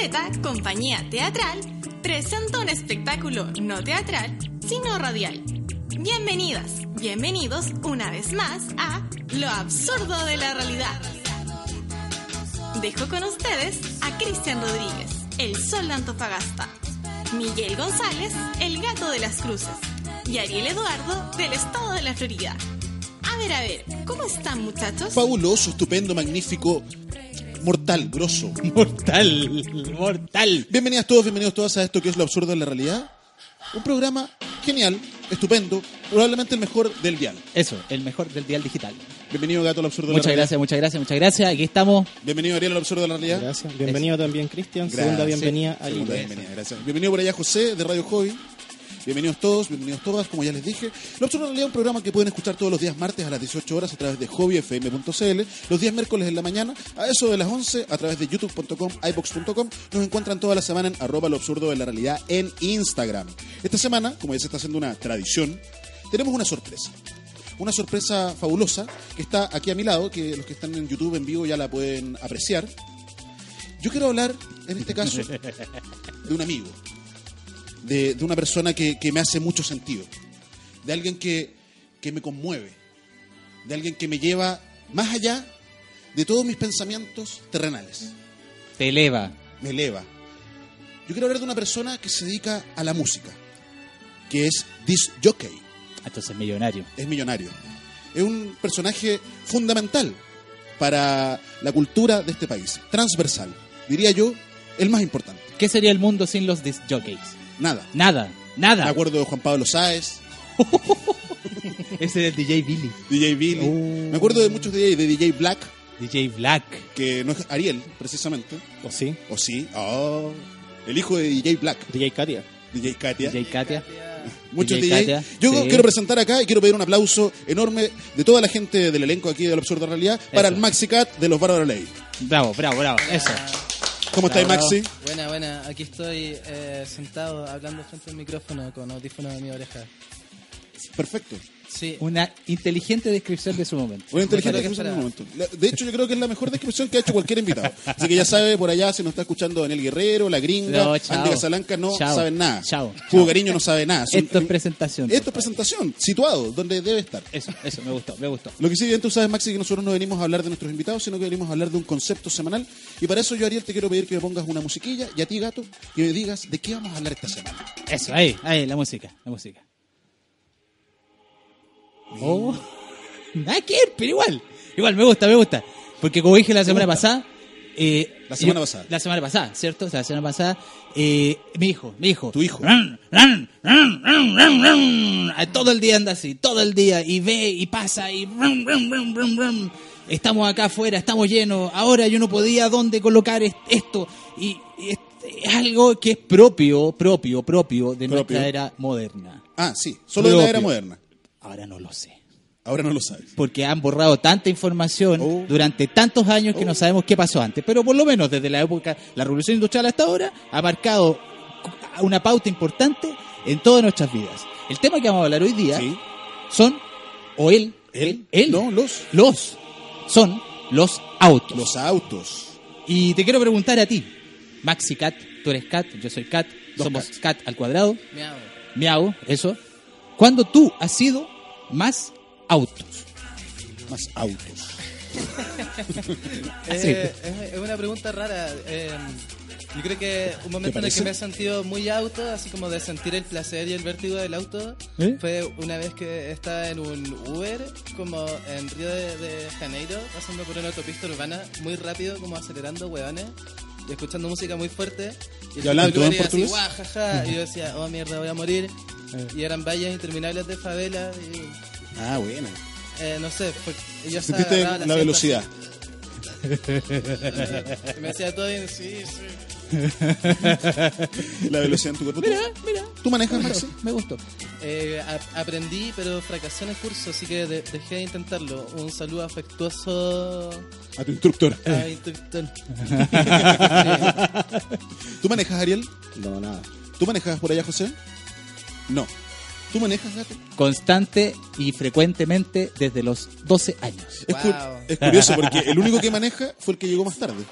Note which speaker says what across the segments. Speaker 1: Z, compañía teatral, presenta un espectáculo no teatral, sino radial. Bienvenidas, bienvenidos una vez más a Lo absurdo de la realidad. Dejo con ustedes a Cristian Rodríguez, el sol de Antofagasta, Miguel González, el gato de las cruces, y Ariel Eduardo, del estado de la Florida. A ver, a ver, ¿cómo están muchachos?
Speaker 2: Fabuloso, estupendo, magnífico, mortal, grosso.
Speaker 3: Mortal, mortal.
Speaker 2: Bienvenidas todos, bienvenidos todas a esto que es lo absurdo de la realidad. Un programa genial, estupendo, probablemente el mejor del dial.
Speaker 3: Eso, el mejor del dial digital.
Speaker 2: Bienvenido Gato al absurdo de la
Speaker 3: Muchas
Speaker 2: realidad.
Speaker 3: gracias, muchas gracias, muchas gracias. Aquí estamos.
Speaker 2: Bienvenido Ariel al absurdo de la realidad.
Speaker 4: Gracias. Bienvenido también, Cristian. Segunda
Speaker 2: Gracias.
Speaker 4: bienvenida a
Speaker 2: Segunda
Speaker 4: Lina.
Speaker 2: bienvenida, gracias. Bienvenido por allá José de Radio Hobby. Bienvenidos todos, bienvenidos todas, como ya les dije. Lo Absurdo en Realidad es un programa que pueden escuchar todos los días martes a las 18 horas a través de hobbyfm.cl, los días miércoles en la mañana, a eso de las 11, a través de youtube.com, ibox.com. Nos encuentran toda la semana en arroba lo absurdo de la realidad en Instagram. Esta semana, como ya se está haciendo una tradición, tenemos una sorpresa una sorpresa fabulosa que está aquí a mi lado, que los que están en YouTube en vivo ya la pueden apreciar. Yo quiero hablar, en este caso, de un amigo, de, de una persona que, que me hace mucho sentido, de alguien que, que me conmueve, de alguien que me lleva más allá de todos mis pensamientos terrenales,
Speaker 3: Te eleva.
Speaker 2: me eleva. Yo quiero hablar de una persona que se dedica a la música, que es Disc Jockey
Speaker 3: Entonces, millonario.
Speaker 2: es millonario. Es un personaje fundamental para la cultura de este país, transversal, diría yo, el más importante.
Speaker 3: ¿Qué sería el mundo sin los disc jockeys?
Speaker 2: Nada.
Speaker 3: Nada,
Speaker 2: Me
Speaker 3: nada.
Speaker 2: acuerdo de Juan Pablo Sáez,
Speaker 3: Ese era el DJ Billy.
Speaker 2: DJ Billy.
Speaker 4: Uh.
Speaker 2: Me acuerdo de muchos DJ, de DJ Black,
Speaker 3: DJ Black.
Speaker 2: que no es Ariel, precisamente.
Speaker 4: ¿O sí?
Speaker 2: O sí. Oh, el hijo de DJ Black,
Speaker 4: DJ Katia.
Speaker 2: DJ Katia.
Speaker 3: DJ Katia.
Speaker 2: Muchos
Speaker 3: DJ
Speaker 2: DJ.
Speaker 3: Katia,
Speaker 2: Yo
Speaker 3: sí.
Speaker 2: quiero presentar acá y quiero pedir un aplauso enorme de toda la gente del elenco aquí de la absurda realidad para
Speaker 3: Eso.
Speaker 2: el Maxi Cat de los Bárbaro Ley.
Speaker 3: Bravo, bravo, bravo. Eso.
Speaker 2: ¿Cómo estáis,
Speaker 3: Bravo.
Speaker 2: Maxi?
Speaker 5: Buena, buena. Aquí estoy eh, sentado hablando frente al micrófono con audífonos en mi oreja.
Speaker 2: Perfecto.
Speaker 5: Sí,
Speaker 3: Una inteligente descripción de su momento.
Speaker 2: Una inteligente
Speaker 5: Mejor
Speaker 2: descripción
Speaker 5: de
Speaker 2: en
Speaker 5: lo
Speaker 2: un
Speaker 5: que
Speaker 2: momento. La- De hecho, yo creo que es la mejor descripción que ha hecho cualquier invitado. Así que ya sabe, por allá, si nos está escuchando Daniel Guerrero, La Gringa,
Speaker 3: No, chao.
Speaker 2: Andy Casalanca, no
Speaker 3: Chao.
Speaker 2: saben nada.
Speaker 3: Chao.
Speaker 2: Hugo Cariño no sabe nada. Son-
Speaker 3: Esto es presentación.
Speaker 2: Esto es presentación, situado, donde debe estar.
Speaker 3: Eso, eso, me gustó, me gustó.
Speaker 2: Lo que sí, bien tú sabes, Maxi, que nosotros no venimos a hablar de nuestros invitados, sino que venimos a hablar de un concepto semanal. Y para eso yo, Ariel, te quiero pedir que me pongas una musiquilla, y a ti, gato, que me digas de qué vamos a hablar esta semana.
Speaker 3: Eso, ahí, ahí, la música, la música. Oh, nada que ver, pero igual. Igual, me gusta, me gusta. Porque como dije la semana
Speaker 2: gusta?
Speaker 3: pasada... eh,
Speaker 2: La semana pasada.
Speaker 3: La semana pasada, ¿cierto? La semana pasada, eh, mi hijo, mi hijo.
Speaker 2: Tu hijo.
Speaker 3: Ran, ran, ran, ran, ran, ran. Ah, Todo el día anda así, todo el día. Y ve, y pasa, y... ran, ran, ran, ran, ran. Estamos acá afuera, estamos llenos. Ahora yo no podía dónde colocar est- esto. Y, y es, es algo que es propio, propio, propio
Speaker 2: Propio.
Speaker 3: de nuestra era moderna.
Speaker 2: Ah, sí, solo de la
Speaker 3: Propio.
Speaker 2: era moderna.
Speaker 3: Ahora no lo sé.
Speaker 2: Ahora no lo sabes.
Speaker 3: Porque han borrado tanta información
Speaker 2: Oh.
Speaker 3: durante tantos años que no sabemos qué pasó antes. Pero por lo menos desde la época, la revolución industrial hasta ahora, ha marcado cu- una pauta importante en todas nuestras vidas. El tema que vamos a hablar hoy día
Speaker 2: Sí.
Speaker 3: son, o él, él, él,
Speaker 2: No, los.
Speaker 3: los, son los autos.
Speaker 2: Los autos.
Speaker 3: Y te quiero preguntar a ti, Maxi Cat, tú eres Cat, yo soy Cat,
Speaker 2: Dos
Speaker 3: somos
Speaker 2: Cats.
Speaker 3: Cat al cuadrado,
Speaker 5: me hago.
Speaker 3: miau, eso. ¿Cuándo tú has sido más autos?
Speaker 2: Más autos.
Speaker 3: Sí.
Speaker 5: Eh, es, es una pregunta rara. eh, yo creo que
Speaker 2: ¿Te
Speaker 5: un momento en el
Speaker 2: parece?
Speaker 5: que me he sentido muy auto, así como de sentir el placer y el vértigo del auto,
Speaker 3: ¿Eh?
Speaker 5: fue una vez que estaba en un Uber, como en Río de, de Janeiro, pasando por una autopista urbana, muy rápido, como acelerando hueones, y escuchando música muy fuerte. Y, el
Speaker 2: ¿Y hablaban
Speaker 5: tipo del
Speaker 2: todo en
Speaker 5: Uber iba así,
Speaker 2: portugués? Eh.
Speaker 5: "Guau, jaja", y yo decía, oh mierda, voy a morir. Y eran vallas interminables de favela, y
Speaker 2: Ah, buena.
Speaker 5: eh, no sé, fue- yo estaba
Speaker 2: Sentiste
Speaker 5: agarrado a
Speaker 2: la
Speaker 5: cinta,
Speaker 2: velocidad.
Speaker 5: así, Me hacía todo bien, sí, sí.
Speaker 2: la velocidad en tu cuerpo. ¿Tú,
Speaker 3: Mira, mira,
Speaker 2: tú manejas, Maxi?
Speaker 3: me gustó.
Speaker 5: Eh, a- aprendí, pero fracasé en el curso, así que de- dejé de intentarlo. Un saludo afectuoso
Speaker 2: A tu instructor.
Speaker 5: a mi instructor.
Speaker 2: ¿Tú manejas, Ariel?
Speaker 4: No, nada.
Speaker 2: ¿Tú manejas por allá, José? No. ¿Tú manejas, gato?
Speaker 3: Constante y frecuentemente desde los 12 años.
Speaker 2: Es, cu-
Speaker 5: Wow.
Speaker 2: eh. es curioso porque el único que maneja fue el que llegó más tarde.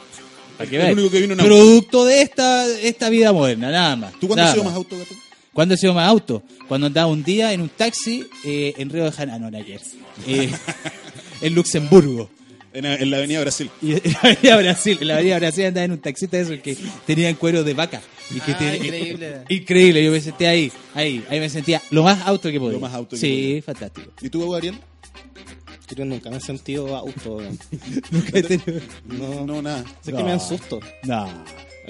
Speaker 3: Para que
Speaker 2: El
Speaker 3: veas.
Speaker 2: único que vino en auto.
Speaker 3: Producto de esta, esta vida moderna, nada más.
Speaker 2: ¿Tú cuándo has
Speaker 3: nada
Speaker 2: sido más auto, gato?
Speaker 3: ¿Cuándo he sido más auto? Cuando andaba un día en un taxi eh, en Río de Janeiro, ah, no, en ayer, Eh, en Luxemburgo.
Speaker 2: En, en la avenida Brasil.
Speaker 3: Y en la avenida Brasil, en la avenida Brasil andaba en un taxista de esos que tenían cuero de vaca. Y que
Speaker 5: Ah, increíble.
Speaker 3: increíble, yo me sentía ahí, ahí, ahí me sentía lo más auto que podía.
Speaker 2: más auto que
Speaker 3: Sí,
Speaker 2: podía.
Speaker 3: fantástico.
Speaker 2: ¿Y tú, Ariel?
Speaker 4: Yo nunca me he sentido auto. weón.
Speaker 3: Nunca he tenido-
Speaker 4: No,
Speaker 2: No, nada.
Speaker 4: sé que me dan susto.
Speaker 3: No.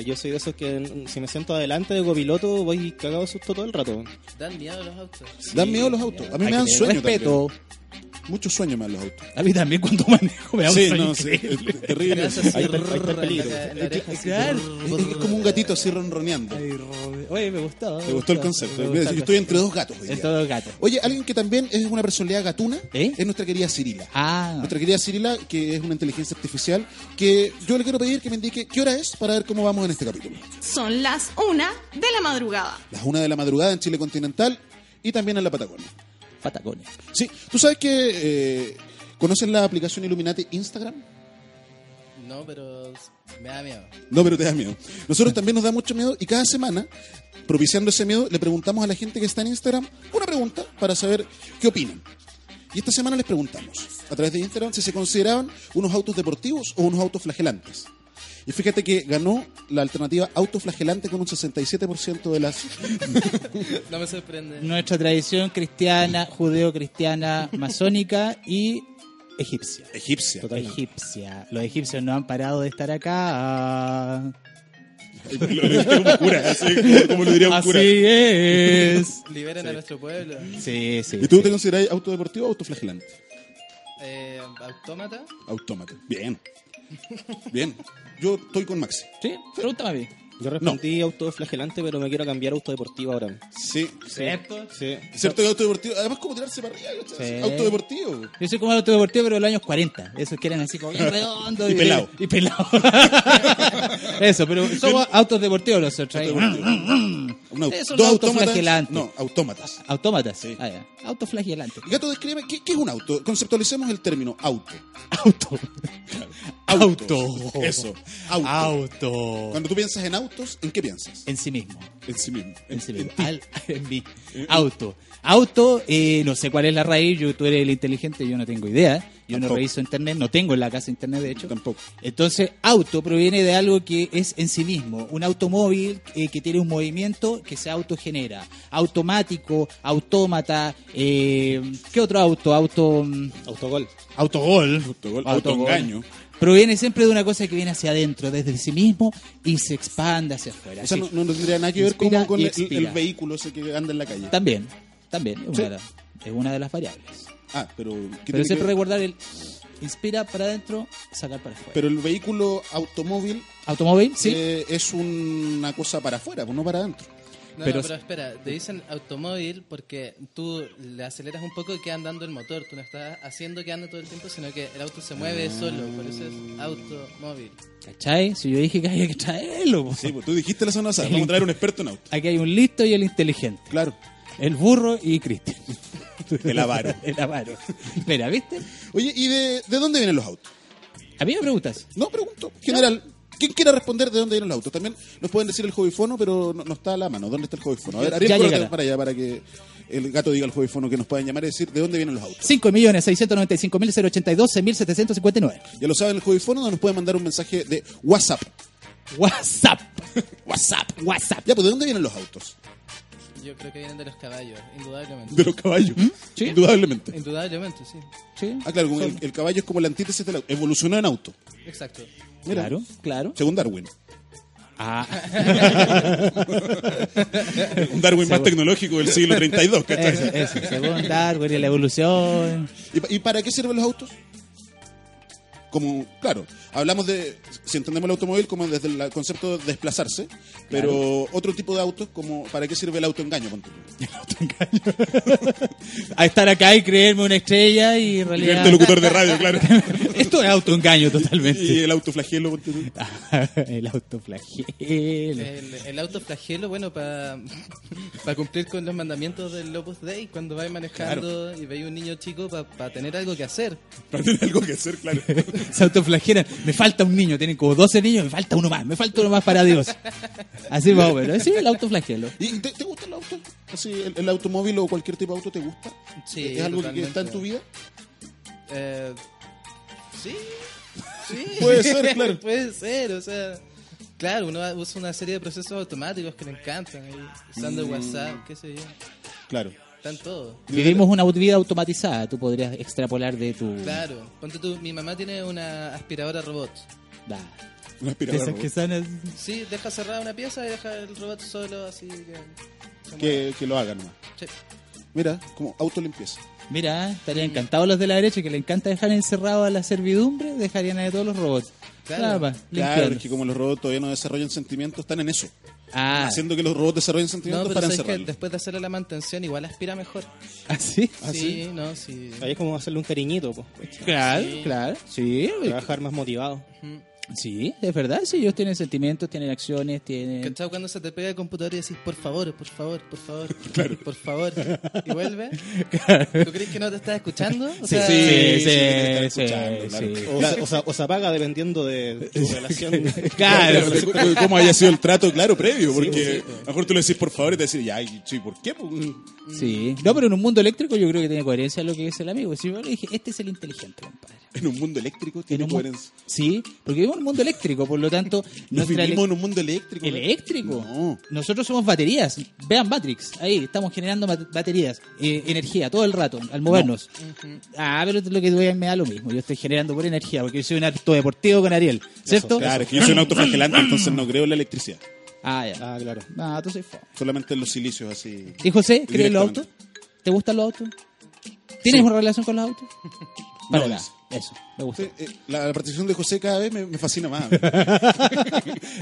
Speaker 4: Yo soy de esos que mm, si me siento adelante de copiloto voy cagado de susto todo el rato. weón.
Speaker 5: Dan miedo los autos.
Speaker 2: Dan miedo los autos. A mí me
Speaker 3: Hay que
Speaker 2: dan
Speaker 3: tener
Speaker 2: sueño.
Speaker 3: Respeto.
Speaker 2: también. Mucho sueño me dan los autos.
Speaker 3: A mí también cuando manejo me da un
Speaker 2: Sí,
Speaker 3: sueño
Speaker 2: no, sí,
Speaker 3: increíble.
Speaker 2: es terrible.
Speaker 5: Gracias, sí,
Speaker 4: Ahí está- ahí está el
Speaker 5: rrr, en la-
Speaker 4: peligro.
Speaker 5: en la oreja, así.
Speaker 3: Claro.
Speaker 2: Es, es como un gatito así ronroneando.
Speaker 3: Ay, Robe- Oye, me gustó.
Speaker 2: ¿Te gustó el concepto? Mira, yo estoy entre dos gatos. hoy día.
Speaker 3: En todo gato.
Speaker 2: Oye, alguien que también es una personalidad gatuna
Speaker 3: ¿Eh?
Speaker 2: es nuestra querida Cirila.
Speaker 3: Ah,
Speaker 2: Nuestra querida Cirila, que es una inteligencia artificial, que yo le quiero pedir que me indique qué hora es para ver cómo vamos en este capítulo.
Speaker 1: Son las una de la madrugada.
Speaker 2: Las una de la madrugada en Chile continental y también en la Patagonia.
Speaker 3: Patagones.
Speaker 2: Sí, tú sabes que eh, conoces la aplicación Illuminati Instagram.
Speaker 5: No, pero me da miedo.
Speaker 2: No, pero te da miedo. Nosotros también nos da mucho miedo y cada semana, propiciando ese miedo, le preguntamos a la gente que está en Instagram una pregunta para saber qué opinan. Y esta semana les preguntamos a través de Instagram si se consideraban unos autos deportivos o unos autos flagelantes. Y fíjate que ganó la alternativa autoflagelante con un 67% de las...
Speaker 5: No me sorprende.
Speaker 3: Nuestra tradición cristiana, judeo-cristiana, masónica y egipcia.
Speaker 2: Egipcia.
Speaker 3: Egipcia. Los egipcios no han parado de estar acá.
Speaker 2: lo diría un cura, así como, como lo diría un cura.
Speaker 3: Así es.
Speaker 5: Liberen a nuestro pueblo.
Speaker 3: Sí, sí.
Speaker 2: ¿Y tú
Speaker 3: sí.
Speaker 2: te consideras auto deportivo o autoflagelante?
Speaker 5: Eh, Autómata.
Speaker 2: Autómata. Bien. Bien. Yo estoy con Maxi.
Speaker 3: Sí, pregúntame a mí.
Speaker 4: Yo respondí auto flagelante, pero me quiero cambiar a auto deportivo ahora.
Speaker 2: Sí,
Speaker 3: ¿Cierto?
Speaker 4: Sí.
Speaker 2: ¿Cierto que auto deportivo? Además, como tirarse para arriba, ¿cachai?
Speaker 3: Sí.
Speaker 2: Auto deportivo.
Speaker 3: Yo soy como el auto deportivo, pero de los años 40. Esos que eran así como bien redondos.
Speaker 2: Y pelado.
Speaker 3: Y pelado. Eso, pero somos autos deportivos nosotros. ahí.
Speaker 2: Auto deportivo. Un auto-
Speaker 3: Eso es
Speaker 2: Dos
Speaker 3: un auto
Speaker 2: autómatas.
Speaker 3: flagelante.
Speaker 2: No, autómatas.
Speaker 3: Autómatas.
Speaker 2: Sí.
Speaker 3: Ah, ya. Autoflagelante.
Speaker 2: Gato, descríbeme, ¿qué, qué es un auto? Conceptualicemos el término auto.
Speaker 3: Auto.
Speaker 2: Auto. Eso, auto.
Speaker 3: Auto.
Speaker 2: Cuando tú piensas en autos, ¿en qué piensas?
Speaker 3: En sí mismo.
Speaker 2: En sí mismo.
Speaker 3: En sí
Speaker 2: en
Speaker 3: mismo.
Speaker 2: ti.
Speaker 3: Al- en mí. Auto. Auto, eh, no sé cuál es la raíz. Yo, tú eres el inteligente, yo no tengo idea. Yo
Speaker 2: Tampoco.
Speaker 3: no reviso internet, no tengo en la casa internet, de hecho.
Speaker 2: Tampoco.
Speaker 3: Entonces, auto proviene de algo que es en sí mismo, un automóvil eh, que tiene un movimiento que se autogenera, automático, autómata, eh, ¿qué otro auto? Auto mm,
Speaker 4: Autogol.
Speaker 3: autogol,
Speaker 2: Autogol, autoengaño.
Speaker 3: Proviene siempre de una cosa que viene hacia adentro, desde sí mismo y se expande hacia afuera.
Speaker 2: O sea,
Speaker 3: Sí.
Speaker 2: no, no tendría nada que ver como
Speaker 3: Inspira
Speaker 2: con
Speaker 3: y
Speaker 2: el,
Speaker 3: expira.
Speaker 2: el vehículo ese que anda en la calle.
Speaker 3: También, también es una,
Speaker 2: Sí.
Speaker 3: de, las- es una de las variables.
Speaker 2: Ah, pero... ¿qué tiene
Speaker 3: Pero
Speaker 2: que
Speaker 3: siempre
Speaker 2: ver?
Speaker 3: recordar el inspira para adentro, sacar para afuera.
Speaker 2: Pero el vehículo automóvil
Speaker 3: Automóvil, sí.
Speaker 2: eh, es una cosa para afuera, pues no para adentro.
Speaker 5: No,
Speaker 3: Pero-
Speaker 5: no, pero espera, te dicen automóvil porque tú le aceleras un poco y queda andando el motor. Tú no estás haciendo que ande todo el tiempo, sino que el auto se mueve solo. Por eso es automóvil.
Speaker 3: ¿Cachai? Si yo dije que había que traerlo. po.
Speaker 2: Sí, pues tú dijiste la zona Vamos a traer un experto en auto.
Speaker 3: Aquí hay un listo y el inteligente.
Speaker 2: Claro.
Speaker 3: El burro y Cristian.
Speaker 2: El avaro.
Speaker 3: El avaro. Mira, ¿viste?
Speaker 2: Oye, ¿y de, de dónde vienen los autos?
Speaker 3: A mí me preguntas.
Speaker 2: No, pregunto. General, ¿quién quiera responder de dónde vienen los autos? También nos pueden decir el jovifono, pero no, no está a la mano. ¿Dónde está el jovifono? A ver, Ariel,
Speaker 3: Ya
Speaker 2: córrate
Speaker 3: llegará.
Speaker 2: para allá para que el gato diga al jovifono que nos pueden llamar y decir de dónde vienen los autos.
Speaker 3: 5.695.082.759.
Speaker 2: Ya lo saben, el jovifono nos puede mandar un mensaje de WhatsApp.
Speaker 3: WhatsApp. WhatsApp. WhatsApp.
Speaker 2: Ya, pues ¿de dónde vienen los autos?
Speaker 5: Yo creo que vienen de los caballos, indudablemente.
Speaker 2: De los caballos.
Speaker 3: Sí.
Speaker 2: Indudablemente.
Speaker 5: Indudablemente, sí.
Speaker 3: Sí.
Speaker 2: ¿Mm? Ah, claro, como el, el caballo es como la antítesis del auto. Evolucionó en auto,
Speaker 5: Exacto.
Speaker 2: mira.
Speaker 3: Claro, claro.
Speaker 2: según Darwin.
Speaker 3: Ah,
Speaker 2: Un Darwin más tecnológico del siglo 32, ¿cachai?
Speaker 3: eso, eso. Según Darwin y la evolución.
Speaker 2: ¿Y, pa- y para qué sirven los autos? Como, claro, hablamos de, si entendemos el automóvil, como desde el la- concepto de desplazarse, pero otro tipo de autos, como, ¿para qué sirve el autoengaño? ponte tú?
Speaker 3: A estar acá y creerme una estrella y en realidad...
Speaker 2: Este locutor de radio, claro.
Speaker 3: Esto es autoengaño
Speaker 2: y
Speaker 3: totalmente.
Speaker 2: el autoflagelo, ponte tú.
Speaker 3: El autoflagelo.
Speaker 5: El, el autoflagelo, bueno, para cumplir con los mandamientos del Opus Dei, cuando vais manejando y veis un niño chico, para tener algo que hacer.
Speaker 2: Para tener algo que hacer, claro.
Speaker 3: se autoflagelan. Me falta un niño, tienen como 12 niños, me falta uno más, me falta uno más para Dios. Así más o menos. Sí, el autoflagelo.
Speaker 2: ¿Y te, te gusta el auto? Así, el, el automóvil o cualquier tipo de auto te gusta?
Speaker 5: Sí,
Speaker 2: ¿Es algo que
Speaker 5: totalmente.
Speaker 2: está en tu vida?
Speaker 5: Eh, sí, sí.
Speaker 2: Puede ser, claro.
Speaker 5: Puede ser, o sea. Claro, uno usa una serie de procesos automáticos que le encantan. Ahí, usando
Speaker 2: Mm.
Speaker 5: WhatsApp, qué sé yo.
Speaker 2: Claro.
Speaker 5: Están todos.
Speaker 3: Vivimos una vida automatizada, tú podrías extrapolar de tu...
Speaker 5: Claro. Ponte tú, mi mamá tiene una aspiradora robot.
Speaker 3: Da.
Speaker 2: Una
Speaker 3: De
Speaker 2: aspiradora
Speaker 3: esas que
Speaker 2: robot.
Speaker 3: sanas.
Speaker 5: Sí, deja cerrada una pieza y deja el robot solo así que. se mueva.
Speaker 2: que, que lo hagan nomás.
Speaker 5: Sí.
Speaker 2: Mira, como autolimpieza.
Speaker 3: Mira, estarían encantados los de la derecha que le encanta dejar encerrado a la servidumbre, dejarían a todos los robots.
Speaker 5: Claro.
Speaker 3: Nada más,
Speaker 2: Claro,
Speaker 3: limpiando.
Speaker 2: es que como los robots todavía no desarrollan sentimientos, están en eso.
Speaker 3: Ah,
Speaker 2: Haciendo que los robots desarrollen
Speaker 5: No,
Speaker 2: sentimientos
Speaker 5: pero
Speaker 2: para
Speaker 5: sabes que
Speaker 2: encerrarlos.
Speaker 5: después de hacerle la mantención, igual aspira mejor.
Speaker 3: ¿así?
Speaker 2: ¿Ah,
Speaker 5: sí, no, sí.
Speaker 4: Ahí es como hacerle un cariñito, pues.
Speaker 3: Claro, claro. Sí,
Speaker 4: Trabajar más motivado.
Speaker 3: sí, es verdad, sí, ellos tienen sentimientos, tienen acciones, tienen...
Speaker 5: ¿Cachado cuando se te pega el computador y decís, por favor, por favor, por favor, por favor, y vuelve? ¿Tú crees que no te estás escuchando? O sea,
Speaker 2: sí, sí, sí,
Speaker 3: sí, sí,
Speaker 2: claro.
Speaker 3: sí.
Speaker 4: O, se, o, se, o se apaga dependiendo de tu relación.
Speaker 3: Claro,
Speaker 2: Claro, pero ¿Cómo haya sido el trato, claro, previo? Porque a lo mejor tú le decís por favor y te decís, ya, y- sí, ¿por qué? Pues,
Speaker 3: Sí. No, pero en un mundo eléctrico yo creo que tiene coherencia lo que dice el amigo. Si yo le dije, este es el inteligente, compadre.
Speaker 2: En un mundo eléctrico
Speaker 3: En
Speaker 2: tiene
Speaker 3: un mu-
Speaker 2: coherencia.
Speaker 3: Sí, porque vivimos en un mundo eléctrico, por lo tanto,
Speaker 2: Nos
Speaker 3: nuestra
Speaker 2: vivimos en
Speaker 3: ele-
Speaker 2: un mundo eléctrico. ¿no?
Speaker 3: eléctrico.
Speaker 2: No.
Speaker 3: Nosotros somos baterías. Vean Matrix, ahí estamos generando ma- baterías, eh, energía todo el rato al movernos. Ah, pero lo que voy a me da lo mismo. Yo estoy generando por energía, porque yo soy un acto deportivo con Ariel, ¿cierto?
Speaker 2: Claro, es que yo soy un autoflagelante, entonces no creo en la electricidad.
Speaker 3: Ah, ya.
Speaker 4: Ah, claro.
Speaker 3: Ah, tú soy fome.
Speaker 2: Solamente en los silicios así.
Speaker 3: ¿Y José, crees en los autos?
Speaker 2: Directamente.
Speaker 3: ¿Te gustan los autos? ¿Tienes una relación con los autos? Para nada.
Speaker 2: eso.
Speaker 3: Eso, me gusta.
Speaker 2: Sí, eh, la, la participación de José cada vez me, me fascina más.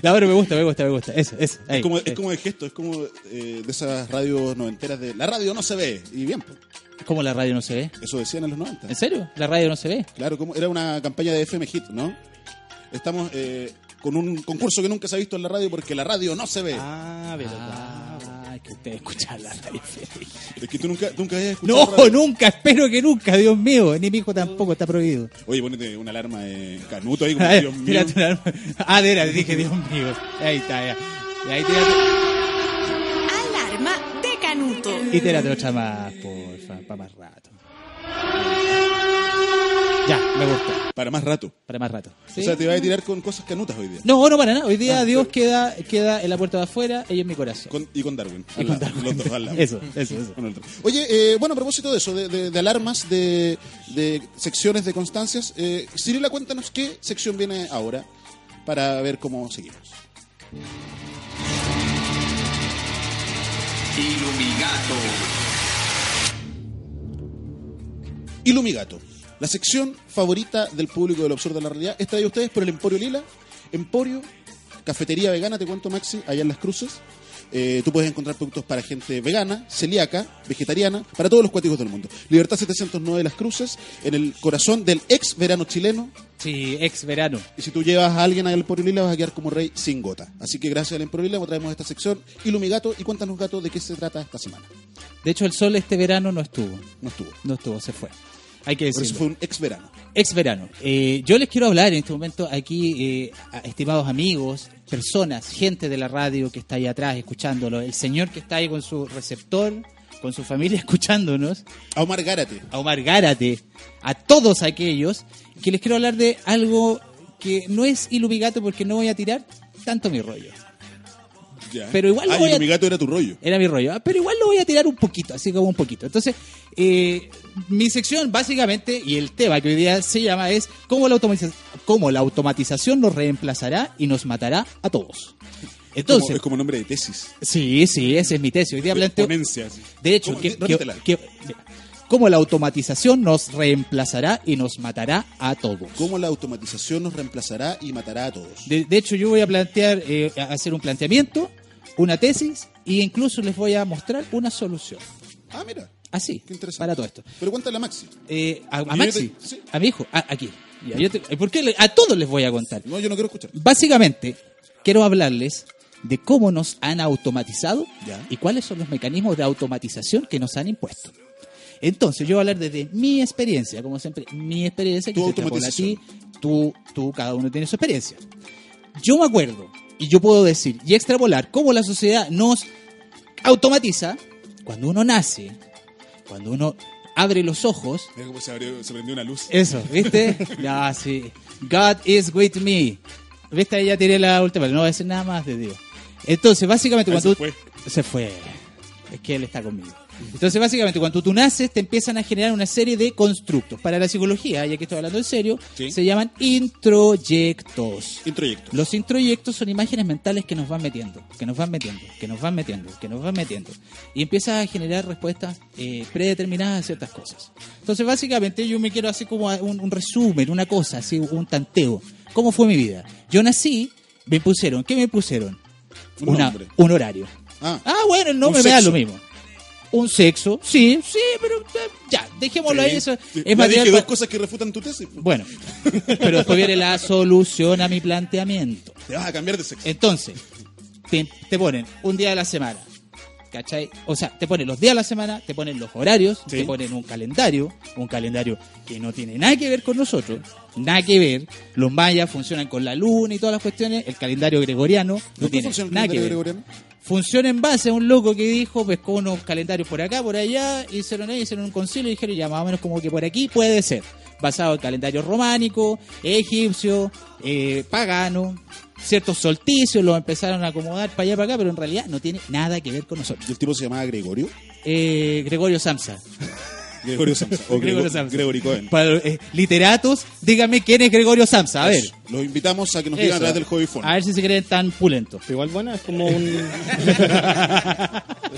Speaker 3: La verdad me gusta, me gusta, me gusta. Eso, eso. ahí,
Speaker 2: Es como, es
Speaker 3: ahí.
Speaker 2: como de gesto, es como eh, de esas radios noventeras de la radio no se ve. Y bien, pues,
Speaker 3: ¿Cómo la radio no se ve?
Speaker 2: eso decían en los 90.
Speaker 3: ¿En serio? ¿La radio no se ve?
Speaker 2: Claro, como, era una campaña de FM Hit, ¿no? Estamos eh, con un concurso que nunca se ha visto en la radio porque la radio no se ve.
Speaker 4: Ah, verdad.
Speaker 3: Ah, es que ustedes escuchan la radio.
Speaker 2: Es que tú nunca, nunca habías escuchado.
Speaker 3: No,
Speaker 2: radio.
Speaker 3: nunca, espero que nunca, Dios mío. Ni mi hijo tampoco, está prohibido.
Speaker 2: Oye, ponete una alarma de canuto ahí, como,
Speaker 3: Ah,
Speaker 2: Dios mío.
Speaker 3: tírate una arma. Ah, de veras, dije, Dios mío. Ahí está, ya. Y ahí tírate,
Speaker 1: Alarma de Canuto.
Speaker 3: y tírate otra más, porfa, para más rato. Ya, me gusta,
Speaker 2: Para más rato.
Speaker 3: para más rato.
Speaker 2: O sea, te vas a tirar con cosas canutas hoy día.
Speaker 3: No, no para nada. Hoy día Dios queda, queda en la puerta de afuera, ella en mi corazón.
Speaker 2: Con- y con Darwin.
Speaker 3: Y
Speaker 2: al
Speaker 3: con
Speaker 2: lado,
Speaker 3: Darwin.
Speaker 2: Los dos al lado.
Speaker 3: Eso, eso, eso.
Speaker 2: Uno al otro. Oye, eh, bueno, a propósito de eso, de, de- de alarmas, de, de secciones, de constancias, eh, Cirila, cuéntanos qué sección viene ahora para ver cómo seguimos. Ilumigato, la sección favorita del público del Absurdo de la Realidad, es traída a ustedes por el Emporio Lila. Emporio, cafetería vegana, te cuento Maxi, allá en Las Cruces. Eh, tú puedes encontrar productos para gente vegana, celíaca, vegetariana, para todos los cuáticos del mundo. Libertad 709 de Las Cruces, en el corazón del ex verano chileno.
Speaker 3: Sí, ex verano.
Speaker 2: Y si tú llevas a alguien al Emporio Lila, vas a quedar como rey sin gota. Así que gracias al Emporio Lila, traemos esta sección. Ilumigato, y cuéntanos, gato, de qué se trata esta semana.
Speaker 3: De hecho, el sol este verano no estuvo.
Speaker 2: No estuvo.
Speaker 3: No estuvo, se fue. Hay que
Speaker 2: Por eso
Speaker 3: decirlo.
Speaker 2: fue un ex verano.
Speaker 3: Ex verano. Eh, yo les quiero hablar en este momento aquí, eh, a- estimados amigos, personas, gente de la radio que está ahí atrás escuchándolo, el señor que está ahí con su receptor, con su familia escuchándonos,
Speaker 2: A Omar Gárate.
Speaker 3: a Omar Gárate, a todos aquellos, que les quiero hablar de algo que no es ilumigato porque no voy a tirar tanto mi rollo.
Speaker 2: Ya.
Speaker 3: Pero igual lo
Speaker 2: Ah,
Speaker 3: voy a-
Speaker 2: Ilumigato era tu rollo.
Speaker 3: Era mi rollo. Ah, Pero igual lo voy a tirar un poquito, así como un poquito. Entonces, eh, mi sección básicamente y el tema que hoy día se llama es cómo la, automatiza- cómo la automatización nos reemplazará y nos matará a todos.
Speaker 2: Como-
Speaker 3: Entonces,
Speaker 2: es como nombre de tesis.
Speaker 3: sí, sí, ese es mi tesis. Hoy día planteo...
Speaker 2: Ponencia, sí.
Speaker 3: De hecho,
Speaker 2: ¿Cómo?
Speaker 3: que,
Speaker 2: Di-
Speaker 3: que-
Speaker 2: repítela.
Speaker 3: que- mira, cómo la automatización nos reemplazará y nos matará a todos.
Speaker 2: ¿Cómo la automatización nos reemplazará y matará a todos?
Speaker 3: De, de hecho, yo voy a plantear, eh, a- hacer un planteamiento, una tesis e incluso les voy a mostrar una solución.
Speaker 2: Ah, mira.
Speaker 3: Así,
Speaker 2: Qué interesante.
Speaker 3: para todo esto.
Speaker 2: Pero cuéntale a Maxi.
Speaker 3: Eh, a, a
Speaker 2: Yo
Speaker 3: Maxi,
Speaker 2: te- sí.
Speaker 3: a mi hijo, a- aquí. Ya, yo te- ¿Por qué le- a todos les voy a contar?
Speaker 2: No, yo no quiero escuchar.
Speaker 3: Básicamente, quiero hablarles de cómo nos han automatizado
Speaker 2: Ya.
Speaker 3: y cuáles son los mecanismos de automatización que nos han impuesto. Entonces, yo voy a hablar desde mi experiencia, como siempre, mi experiencia, que
Speaker 2: Tu
Speaker 3: se te acabó la ti,
Speaker 2: automatización.
Speaker 3: tú, tú, cada uno tiene su experiencia. Yo me acuerdo, y yo puedo decir y extrapolar cómo la sociedad nos automatiza cuando uno nace, cuando uno abre los ojos.
Speaker 2: Mira cómo se, abrió- se prendió una luz.
Speaker 3: Eso, ¿viste? ya, sí. God is with me. ¿Viste? Ahí ya tiré la última, no voy a decir nada más de Dios. Entonces, básicamente,
Speaker 2: Ahí
Speaker 3: cuando
Speaker 2: Ah, se
Speaker 3: tú-
Speaker 2: fue.
Speaker 3: se fue. Es que él está conmigo. Entonces, básicamente, cuando tú naces, te empiezan a generar una serie de constructos. Para la psicología, ya que estoy hablando en serio,
Speaker 2: Sí.
Speaker 3: se llaman introyectos.
Speaker 2: Introyecto.
Speaker 3: Los introyectos son imágenes mentales que nos van metiendo, que nos van metiendo, que nos van metiendo, que nos van metiendo. Y empiezas a generar respuestas eh, predeterminadas a ciertas cosas. Entonces, básicamente, yo me quiero hacer como un, un resumen, una cosa, así, un tanteo. ¿Cómo fue mi vida? Yo nací, me pusieron, ¿qué me pusieron?
Speaker 2: Un
Speaker 3: Una-
Speaker 2: nombre.
Speaker 3: un horario.
Speaker 2: Ah,
Speaker 3: Ah, bueno, no
Speaker 2: Un
Speaker 3: me vea
Speaker 2: sexo.
Speaker 3: lo mismo. Un sexo, sí, sí, pero eh, ya, dejémoslo ahí. Eso
Speaker 2: Sí. Ya
Speaker 3: es material
Speaker 2: dije dos
Speaker 3: pa-
Speaker 2: cosas que refutan tu tesis. pues.
Speaker 3: Bueno, pero después viene la solución a mi planteamiento.
Speaker 2: Te vas a cambiar de sexo.
Speaker 3: Entonces, te, te ponen un día de la semana. ¿Cachai? O sea, te ponen los días de la semana, te ponen los horarios,
Speaker 2: Sí.
Speaker 3: te ponen un calendario, un calendario que no tiene nada que ver con nosotros, nada que ver. Los mayas funcionan con la luna y todas las cuestiones, el calendario gregoriano Eh, no
Speaker 2: ¿Cómo
Speaker 3: tiene
Speaker 2: funciona el
Speaker 3: nada que ver.
Speaker 2: calendario gregoriano?
Speaker 3: Funciona en base a un loco que dijo, pescó unos calendarios por acá, por allá, hicieron ahí, hicieron un concilio y dijeron, ya más o menos como que por aquí puede ser. Basado en calendario románico, egipcio, eh, pagano, ciertos solsticios los empezaron a acomodar para allá, para acá, pero en realidad no tiene nada que ver con nosotros.
Speaker 2: ¿Y el tipo se llamaba Gregorio?
Speaker 3: Eh, Gregorio Samsa.
Speaker 2: Gregorio Samsa. O
Speaker 3: Gregorio
Speaker 2: Grego-
Speaker 3: Samsa.
Speaker 2: Gregory Cohen.
Speaker 3: Para, eh, literatos, dígame quién es Gregorio Samsa, a ver.
Speaker 2: Eso. Los invitamos a que nos digan a
Speaker 3: Eso.
Speaker 2: través del hobby phone.
Speaker 3: a ver si se creen tan pulentos.
Speaker 4: Pero igual buena, es como un.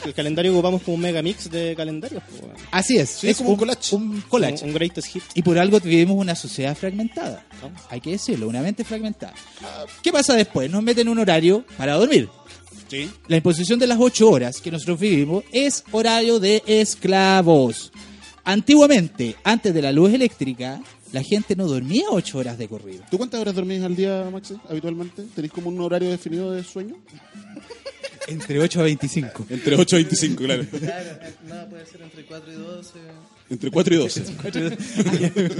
Speaker 4: el calendario ocupamos como un megamix de calendarios. pues, bueno.
Speaker 3: Así es,
Speaker 2: Sí, es como un collage.
Speaker 3: Un collage.
Speaker 4: Un, un greatest hit.
Speaker 3: Y por algo vivimos una sociedad fragmentada. Hay que decirlo, una mente fragmentada. ¿Qué pasa después? Nos meten un horario para dormir.
Speaker 2: Sí.
Speaker 3: La imposición de las ocho horas que nosotros vivimos es horario de esclavos. Antiguamente, antes de la luz eléctrica, la gente no dormía ocho horas de corrido.
Speaker 2: ¿Tú cuántas horas dormís al día, Maxi, habitualmente? ¿Tenéis como un horario definido de sueño?
Speaker 3: Entre 8 a 25.
Speaker 2: Entre 8 y 25, claro.
Speaker 5: Claro, eh, no, puede ser entre 4 y 12.
Speaker 2: Entre 4 y 12.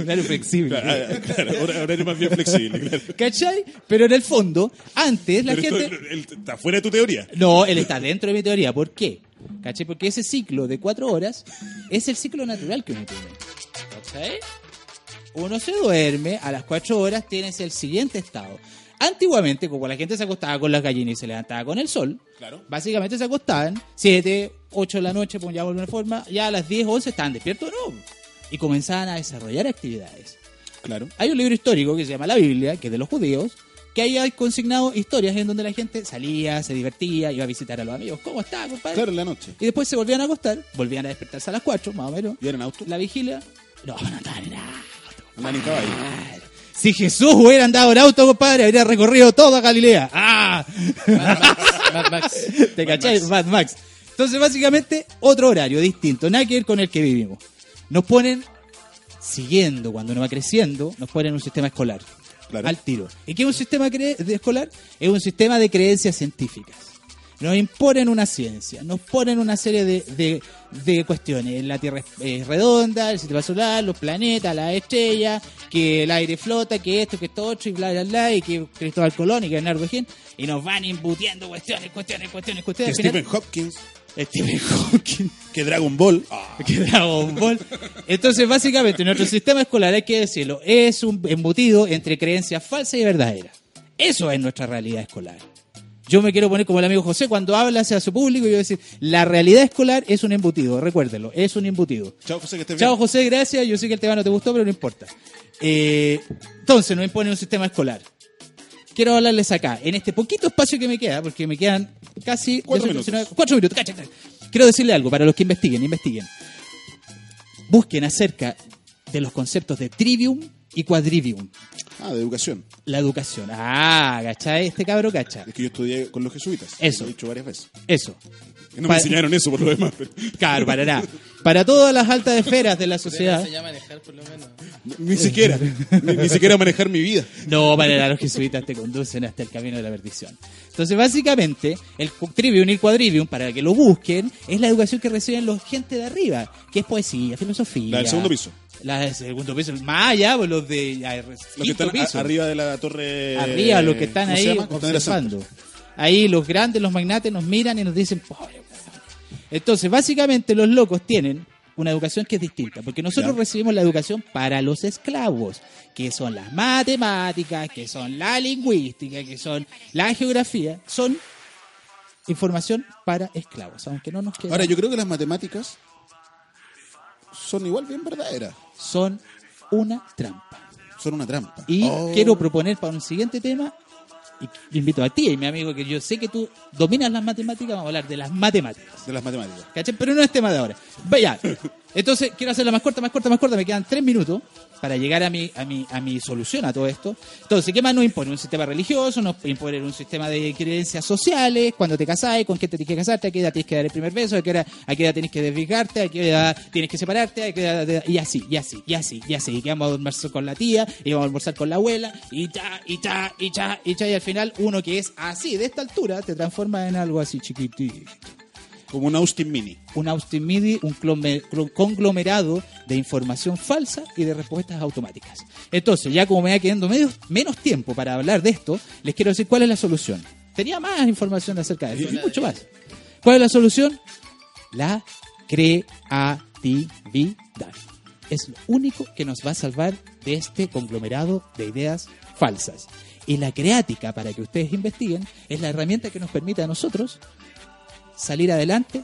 Speaker 3: horario flexible.
Speaker 2: Claro, ah, claro, hora- horario más bien flexible, claro.
Speaker 3: ¿Cachai? Pero en el fondo, antes la
Speaker 2: Pero esto-
Speaker 3: gente...
Speaker 2: el- está fuera de tu teoría.
Speaker 3: No, él está dentro de mi teoría. ¿Por qué? ¿Cachai? Porque ese ciclo de cuatro horas es el ciclo natural que uno tiene. ¿Cachai? Uno se duerme, a las cuatro horas tienes el siguiente estado. Antiguamente, como la gente se acostaba con las gallinas y se levantaba con el sol,
Speaker 2: Claro.
Speaker 3: básicamente se acostaban 7, 8 de la noche, pues ya de alguna forma, ya a las 10, 11 estaban despiertos o no. Y comenzaban a desarrollar actividades.
Speaker 2: Claro.
Speaker 3: Hay un libro histórico que se llama La Biblia, que es de los judíos, que ahí hay consignado historias en donde la gente salía, se divertía, iba a visitar a los amigos. ¿Cómo está, compadre?
Speaker 2: Claro, en la noche.
Speaker 3: Y después se volvían a acostar, volvían a despertarse a las 4, más o menos.
Speaker 2: ¿Y eran auto?
Speaker 3: La vigilia. No, no andaban en auto.
Speaker 2: Andan en caballo.
Speaker 3: compadre. Si Jesús hubiera andado en auto, compadre, habría recorrido toda Galilea. ¡Ah!
Speaker 5: Mad Max, Mad Max.
Speaker 3: ¿Te cachai? Mad Max. Entonces, básicamente, otro horario distinto, nada que ver con el que vivimos. Nos ponen, siguiendo cuando uno va creciendo, nos ponen un sistema escolar.
Speaker 2: Claro.
Speaker 3: Al tiro. ¿Y qué es un sistema cre- de escolar? Es un sistema de creencias científicas. Nos imponen una ciencia, nos ponen una serie de, de- de cuestiones. La Tierra es, es redonda, el sistema solar, los planetas, las estrellas, que el aire flota, que esto, que esto otro, y bla, bla, bla, y que Cristóbal Colón y que Bernardo Higgins, y nos van imbutiendo cuestiones, cuestiones, cuestiones,
Speaker 2: Que
Speaker 3: cuestiones. Al
Speaker 2: Stephen
Speaker 3: final-
Speaker 2: Hopkins,
Speaker 3: Stephen Hawking.
Speaker 2: que Dragon Ball. Ah,
Speaker 3: Que Dragon Ball. Entonces, básicamente, nuestro sistema escolar, hay que decirlo, es un embutido entre creencias falsas y verdaderas. Eso es nuestra realidad escolar. Yo me quiero poner como el amigo José cuando habla hacia su público y yo decir, la realidad escolar es un embutido, recuérdenlo, es un embutido.
Speaker 2: Chao, José, que estés
Speaker 3: Chao
Speaker 2: bien.
Speaker 3: José, gracias. Yo sé que el tema no te gustó, pero no importa. Eh, entonces, nos impone un sistema escolar. Quiero hablarles acá, en este poquito espacio que me queda, porque me quedan casi
Speaker 2: Cuatro
Speaker 3: 18,
Speaker 2: minutos.
Speaker 3: 19, cuatro minutos. cacha, cacha. Quiero decirle algo para los que investiguen, investiguen. Busquen acerca de los conceptos de trivium y quadrivium.
Speaker 2: Ah, de educación.
Speaker 3: La educación. Ah, ¿cachai? Este cabro cacha.
Speaker 2: Es que yo estudié con los jesuitas.
Speaker 3: Eso.
Speaker 2: Lo he dicho varias veces.
Speaker 3: Eso.
Speaker 2: Que no me
Speaker 3: Pa-
Speaker 2: enseñaron eso por lo demás. pero-
Speaker 3: Claro, para nada. Para todas las altas esferas de la sociedad.
Speaker 5: Se llama manejar por lo menos.
Speaker 2: Ni siquiera, ni, ni siquiera manejar mi vida.
Speaker 3: No, para los jesuitas te conducen hasta el camino de la perdición. Entonces, básicamente, el cu- trivium y el quadrivium, para que lo busquen, es la educación que reciben los gente de arriba, que es poesía, filosofía.
Speaker 2: La del segundo piso.
Speaker 3: La del segundo piso. Más allá, pues, los de ya, el
Speaker 2: Los que
Speaker 3: quinto
Speaker 2: están a-
Speaker 3: piso.
Speaker 2: arriba de la torre.
Speaker 3: Arriba, los que están
Speaker 2: ¿cómo se
Speaker 3: ahí
Speaker 2: llama? Costanera Center.
Speaker 3: observando. Ahí los grandes, los magnates nos miran y nos dicen, pobre. weón". Entonces, básicamente los locos tienen una educación que es distinta, porque nosotros
Speaker 2: Ya.
Speaker 3: recibimos la educación para los esclavos, que son las matemáticas, que son la lingüística, que son la geografía, son información para esclavos, aunque no nos quede
Speaker 2: Ahora, yo creo que las matemáticas son igual bien verdaderas.
Speaker 3: son una trampa.
Speaker 2: Son una trampa.
Speaker 3: Y
Speaker 2: Oh.
Speaker 3: quiero proponer para un siguiente tema, y te invito a ti y mi amigo, que yo sé que tú dominas las matemáticas, vamos a hablar de las matemáticas.
Speaker 2: De las matemáticas.
Speaker 3: ¿Cachai? Pero no es tema de ahora. Vaya. Entonces, quiero hacerla más corta, más corta, más corta. Me quedan tres minutos para llegar a mi, a mi, a mi solución a todo esto. Entonces, ¿qué más nos impone? Un sistema religioso, nos impone un sistema de creencias sociales, cuando te casáis, con qué te tienes que casarte, a qué edad tienes que dar el primer beso, a qué edad, a qué edad tienes que desligarte, a qué edad tienes que separarte, a qué edad- y así, y así, y así, y así. Y que vamos a almorzar con la tía, y vamos a almorzar con la abuela, y cha, y cha, y cha, y cha, y al final uno que es así, de esta altura, te transforma en algo así chiquitito
Speaker 2: Como un Austin Mini.
Speaker 3: un Austin MIDI, un clome- clon- conglomerado de información falsa y de respuestas automáticas. Entonces, ya como me va quedando medio- menos tiempo para hablar de esto, les quiero decir cuál es la solución. Tenía más información acerca de esto, y mucho más. ¿Cuál es la solución? La creatividad. Es lo único que nos va a salvar de este conglomerado de ideas falsas. Y la creática, para que ustedes investiguen, es la herramienta que nos permite a nosotros salir adelante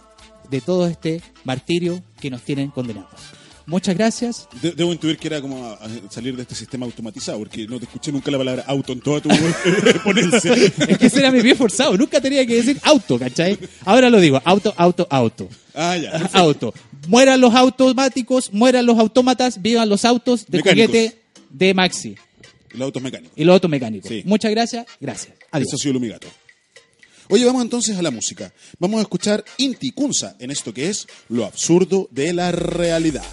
Speaker 3: de todo este martirio que nos tienen condenados. Muchas gracias.
Speaker 2: De- debo intuir que era como a- a salir de este sistema automatizado, porque no te escuché nunca la palabra auto en toda tu ponencia.
Speaker 3: Es que ese era mi pie forzado. Nunca tenía que decir auto, ¿cachai? Ahora lo digo. Auto, auto, auto.
Speaker 2: Ah, ya. perfecto.
Speaker 3: Auto. Mueran los automáticos, mueran los autómatas, vivan los autos de
Speaker 2: Mecánicos.
Speaker 3: juguete de Maxi
Speaker 2: Los autos mecánicos.
Speaker 3: y los autos mecánicos.
Speaker 2: Sí.
Speaker 3: Muchas gracias. Gracias. Adiós.
Speaker 2: Eso ha sido Lumigato. Oye, vamos entonces a la música. Vamos a escuchar Inti Kunza en esto que es lo absurdo de la realidad.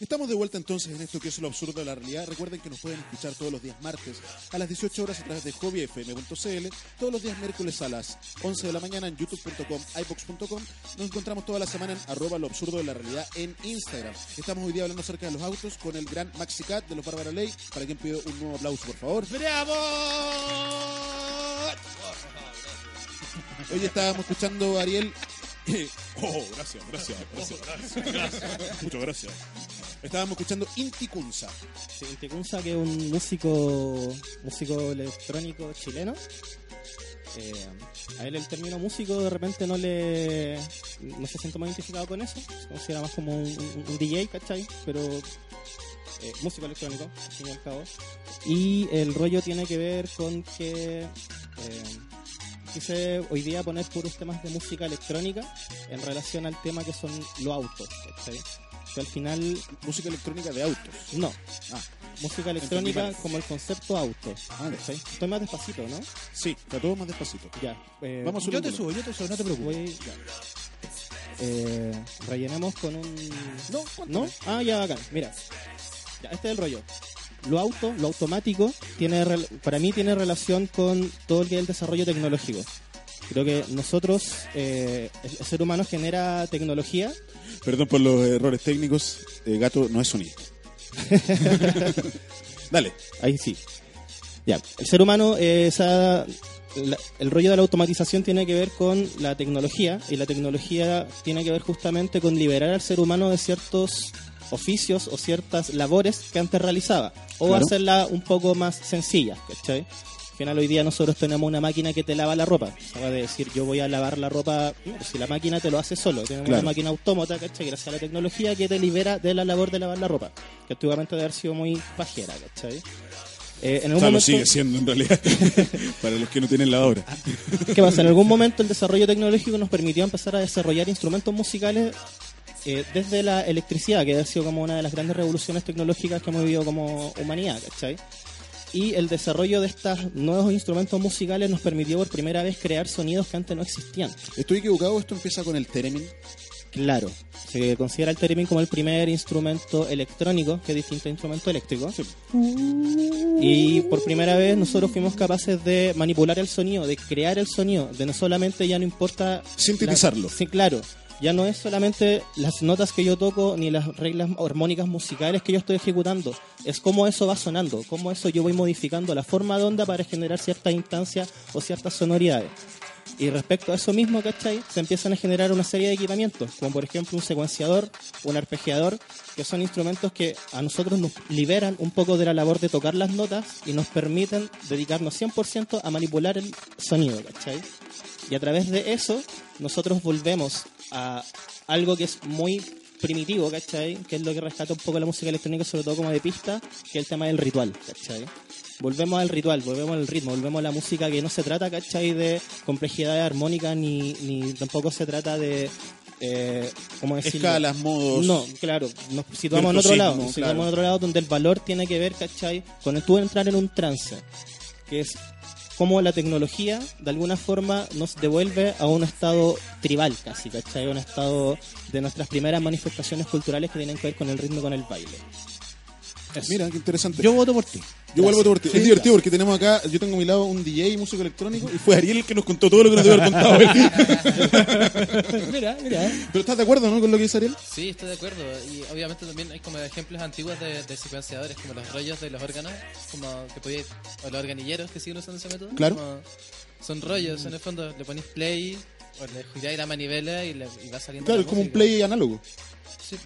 Speaker 2: Estamos de vuelta entonces en esto que es lo absurdo de la realidad. Recuerden que nos pueden escuchar todos los días martes a las 18 horas a través de hobbyfm.cl, todos los días miércoles a las 11 de la mañana en youtube.com, ibox.com. Nos encontramos toda la semana en arroba lo absurdo de la realidad en Instagram. Estamos hoy día hablando acerca de los autos con el gran Maxi Cat de los Bárbara Ley, para quien pido un nuevo aplauso, por favor.
Speaker 3: ¡Bravo!
Speaker 2: Hoy estábamos escuchando a Ariel. Oh, gracias, gracias, gracias, gracias, gracias. Muchas gracias. Estábamos escuchando Inti Kunza.
Speaker 4: Sí, el Tecunza, que es un músico músico electrónico chileno. Eh, a él el término músico de repente no le no se siente más identificado con eso. Se considera más como un, un- un DJ, ¿cachai? Pero eh, músico electrónico, al fin y al cabo. Y el rollo tiene que ver con que eh, quise hoy día poner puros temas de música electrónica en relación al tema que son los autos, ¿cachai? Que al final
Speaker 2: Música electrónica de autos.
Speaker 4: no.
Speaker 2: Ah.
Speaker 4: Música
Speaker 2: Entendí
Speaker 4: electrónica
Speaker 2: mal.
Speaker 4: como el concepto auto.
Speaker 2: Ah,
Speaker 4: ¿cachai? Estoy más despacito, ¿no?
Speaker 2: Sí, está todo más despacito.
Speaker 4: Ya. eh,
Speaker 2: Vamos
Speaker 3: Yo te
Speaker 2: volumen.
Speaker 3: subo, yo te subo, no te preocupes.
Speaker 4: voy- ya. Eh, rellenemos con un...
Speaker 2: No,
Speaker 4: ¿No? Ah, ya, bacán. Mira. Ya, este es el rollo. Lo auto, lo automático, tiene rel- para mí tiene relación con todo el que es el desarrollo tecnológico. Creo que nosotros, eh, el el ser humano genera tecnología
Speaker 2: Perdón por los errores técnicos. Eh, gato no es sonido. Dale.
Speaker 4: Ahí sí. Ya, el ser humano, eh, esa- la- el rollo de la automatización tiene que ver con la tecnología y la tecnología tiene que ver justamente con liberar al ser humano de ciertos oficios o ciertas labores que antes realizaba o
Speaker 2: Claro.
Speaker 4: hacerla un poco más sencilla, ¿cachai? Al final hoy día nosotros tenemos una máquina que te lava la ropa. Acaba de decir, yo voy a lavar la ropa, no, si la máquina te lo hace solo. Tenemos
Speaker 2: Claro.
Speaker 4: una máquina autómata, ¿cachai? Gracias a la tecnología que te libera de la labor de lavar la ropa. Que antiguamente debe haber sido muy pajera, ¿cachai? Eh, en algún
Speaker 2: O sea, lo
Speaker 4: momento-
Speaker 2: sigue siendo en realidad. para los que no tienen la obra.
Speaker 4: ¿Qué pasa? En algún momento el desarrollo tecnológico nos permitió empezar a desarrollar instrumentos musicales eh, desde la electricidad, que ha sido como una de las grandes revoluciones tecnológicas que hemos vivido como humanidad, ¿cachai? Y el desarrollo de estos nuevos instrumentos musicales nos permitió por primera vez crear sonidos que antes no existían.
Speaker 2: Estoy equivocado, esto empieza con el Teremin.
Speaker 4: Claro, se considera el theremin como el primer instrumento electrónico, que es distinto a instrumento eléctrico. Y por primera vez nosotros fuimos capaces de manipular el sonido, de crear el sonido, de no solamente ya no importa...
Speaker 2: Sintetizarlo.
Speaker 4: la- sí, claro. Ya no es solamente las notas que yo toco ni las reglas armónicas musicales que yo estoy ejecutando, es cómo eso va sonando, cómo eso yo voy modificando la forma de onda para generar ciertas instancias o ciertas sonoridades. Y respecto a eso mismo, ¿cachai? Se empiezan a generar una serie de equipamientos, como por ejemplo un secuenciador, un arpegiador, que son instrumentos que a nosotros nos liberan un poco de la labor de tocar las notas y nos permiten dedicarnos 100% a manipular el sonido, ¿cachai? Y a través de eso, nosotros volvemos a algo que es muy primitivo, ¿cachai? Que es lo que rescata un poco la música electrónica, sobre todo como de pista, que es el tema del ritual, ¿cachai? Volvemos al ritual, volvemos al ritmo, volvemos a la música que no se trata, ¿cachai? De complejidades armónicas, ni, ni tampoco se trata de... Eh, ¿Cómo decirlo?
Speaker 2: Escalas, modos.
Speaker 4: No, claro, nos situamos en otro
Speaker 2: Virtuosismo,
Speaker 4: lado, nos situamos
Speaker 2: claro.
Speaker 4: en otro lado donde el valor tiene que ver, ¿cachai? Con el tú entrar en un trance, que es cómo la tecnología de alguna forma nos devuelve a un estado tribal casi, ¿cachai? Un estado de nuestras primeras manifestaciones culturales que tienen que ver con el ritmo y con el baile.
Speaker 2: Mira, qué interesante.
Speaker 3: Yo voto por ti.
Speaker 2: Yo vuelvo a tu Es divertido porque tenemos acá, yo tengo a mi lado un DJ músico electrónico y fue Ariel el que nos contó todo lo que nos debe haber contado él.
Speaker 3: mira, mira.
Speaker 2: Pero estás de acuerdo, ¿no? Con lo que dice Ariel.
Speaker 5: Sí, estoy de acuerdo. Y obviamente también hay como ejemplos antiguos de, de secuenciadores, como los rollos de los órganos, como que podía, o los organilleros que siguen usando ese método.
Speaker 2: Claro. Mm.
Speaker 5: como- son rollos, en el fondo le ponéis play, o le giráis la manivela y, le, y va saliendo.
Speaker 2: Claro,
Speaker 5: la
Speaker 2: es como un
Speaker 5: música.
Speaker 2: play análogo.
Speaker 5: Sí.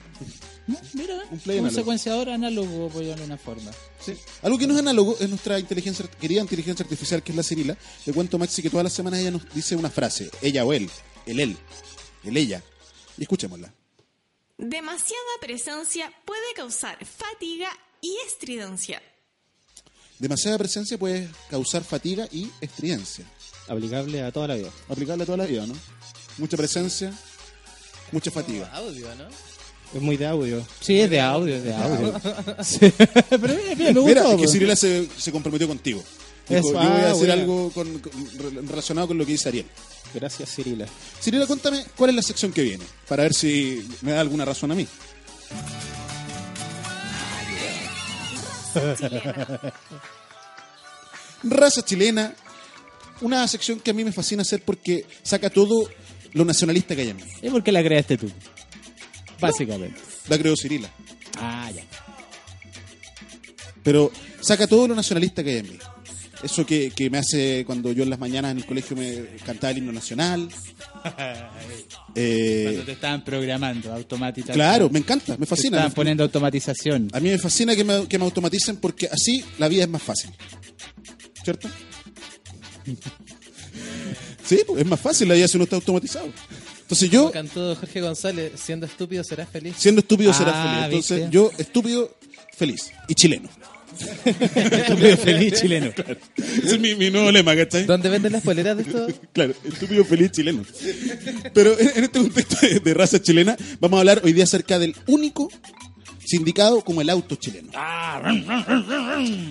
Speaker 3: Mira,
Speaker 2: Un
Speaker 3: un,
Speaker 2: play análogo.
Speaker 3: secuenciador análogo, por llamarlo de una forma.
Speaker 2: Algo que no es análogo es nuestra inteligencia, querida inteligencia artificial, que es la Cirila. Le cuento a Maxi que todas las semanas ella nos dice una frase, ella o él, el él, el ella. Y escuchémosla.
Speaker 1: Demasiada presencia puede causar fatiga y estridencia.
Speaker 2: Demasiada presencia puede causar fatiga y estridencia.
Speaker 4: Aplicable a toda la vida.
Speaker 2: Aplicable a toda la vida, ¿no? Mucha presencia, mucha
Speaker 5: Como
Speaker 2: fatiga.
Speaker 5: audio, ¿no?
Speaker 4: Es muy de audio.
Speaker 3: Sí, es de audio, es de audio. Sí. Pero mira, mira, me
Speaker 2: Mira,
Speaker 3: gustó.
Speaker 2: es que
Speaker 3: pues.
Speaker 2: Cirila se, se comprometió contigo. Dijo,
Speaker 4: Eso,
Speaker 2: yo voy a
Speaker 4: ah,
Speaker 2: decir
Speaker 4: buena.
Speaker 2: algo con- con- relacionado con lo que dice Ariel.
Speaker 4: Gracias, Cirila.
Speaker 2: Cirila, cuéntame cuál es la sección que viene, para ver si me da alguna razón a mí.
Speaker 1: raza chilena.
Speaker 2: Raza chilena, una sección que a mí me fascina hacer porque saca todo lo nacionalista que hay en mí.
Speaker 3: ¿Y por qué la creaste tú? Básicamente.
Speaker 2: La creo Cirila.
Speaker 3: Ah, ya.
Speaker 2: Pero saca todo lo nacionalista que hay en mí. Eso que, que me hace cuando yo en las mañanas en el colegio me cantaba el himno nacional. Eh,
Speaker 3: Cuando te estaban programando automáticamente.
Speaker 2: claro, me encanta, me
Speaker 3: Te
Speaker 2: fascina. Ah.
Speaker 3: Estaban poniendo automatización.
Speaker 2: A mí me fascina que me, que me automaticen porque así la vida es más fácil. ¿Cierto? Sí, pues, es más fácil la vida si uno está automatizado. Entonces yo,
Speaker 5: Como cantó Jorge González, siendo estúpido serás feliz.
Speaker 2: siendo estúpido, serás
Speaker 3: Ah,
Speaker 2: feliz. Entonces
Speaker 3: ¿viste?
Speaker 2: yo, estúpido, feliz. Y chileno.
Speaker 3: Estúpido feliz chileno.
Speaker 2: Ese es mi, mi nuevo lema, ¿cachai?
Speaker 5: ¿Dónde venden las poleras de esto?
Speaker 2: Claro, estúpido feliz chileno. Pero en, en este contexto de, de raza chilena, vamos a hablar hoy día acerca del único sindicado como el auto chileno.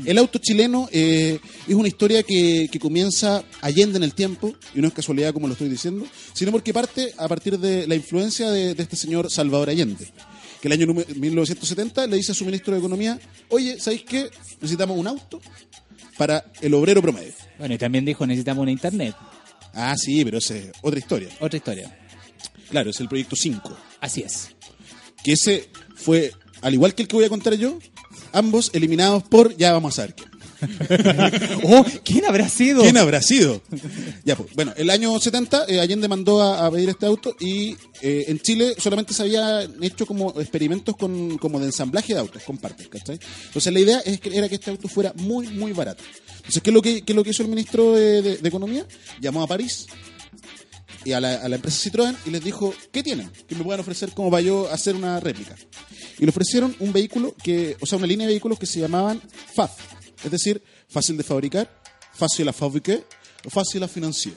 Speaker 2: El auto chileno eh, es una historia que, que comienza allende en el tiempo, y no es casualidad como lo estoy diciendo, sino porque parte a partir de la influencia de, de este señor Salvador Allende, que el año nume- 1970 le dice a su ministro de Economía, oye, ¿sabéis qué? Necesitamos un auto para el obrero promedio.
Speaker 3: Bueno, y también dijo, necesitamos una internet.
Speaker 2: Ah, sí, pero esa es otra historia.
Speaker 3: Otra historia.
Speaker 2: Claro, es el proyecto 5.
Speaker 3: Así es.
Speaker 2: Que ese fue, al igual que el que voy a contar yo, ambos eliminados por ya vamos a saber quién.
Speaker 3: Oh, ¿quién habrá sido?
Speaker 2: ¿Quién habrá sido? ya, pues, bueno, el año 70 eh, Allende mandó a, a pedir este auto y eh, en Chile solamente se habían hecho como experimentos con, como de ensamblaje de autos, con partes, ¿cachai? Entonces la idea es que, era que este auto fuera muy, muy barato. Entonces, ¿qué es lo que, qué es lo que hizo el ministro de, de- de Economía? Llamó a París y a la, a la empresa Citroën y les dijo, ¿qué tienen? Que me puedan ofrecer como para yo hacer una réplica. Y le ofrecieron un vehículo que, o sea, una línea de vehículos que se llamaban FAF, es decir, fácil de fabricar, fácil a fabricar, fácil a financiar.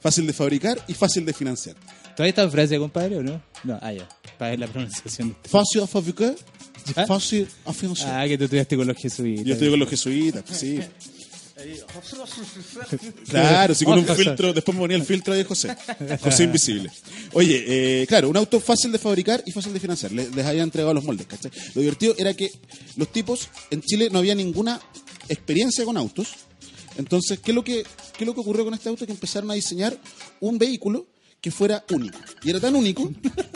Speaker 2: Fácil de fabricar y fácil de financiar.
Speaker 3: ¿Todavía está en Francia, compadre, o no? No, ah, ya. Para ver la pronunciación.
Speaker 2: Fácil a fabricar,
Speaker 3: ¿Ah?
Speaker 2: fácil a financiar.
Speaker 3: Ah, que tú estudiaste con los jesuitas.
Speaker 2: Yo estoy con los jesuitas, pues, sí. Claro, sí, con un
Speaker 3: Ojo,
Speaker 2: filtro. Después me ponía el filtro de José. José Invisible. Oye, eh, claro, un auto fácil de fabricar y fácil de financiar. Les, les habían entregado los moldes, ¿cachai? Lo divertido era que los tipos en Chile no había ninguna experiencia con autos. Entonces, ¿qué es lo que, qué es lo que ocurrió con este auto? Que empezaron a diseñar un vehículo que fuera único. Y era tan único,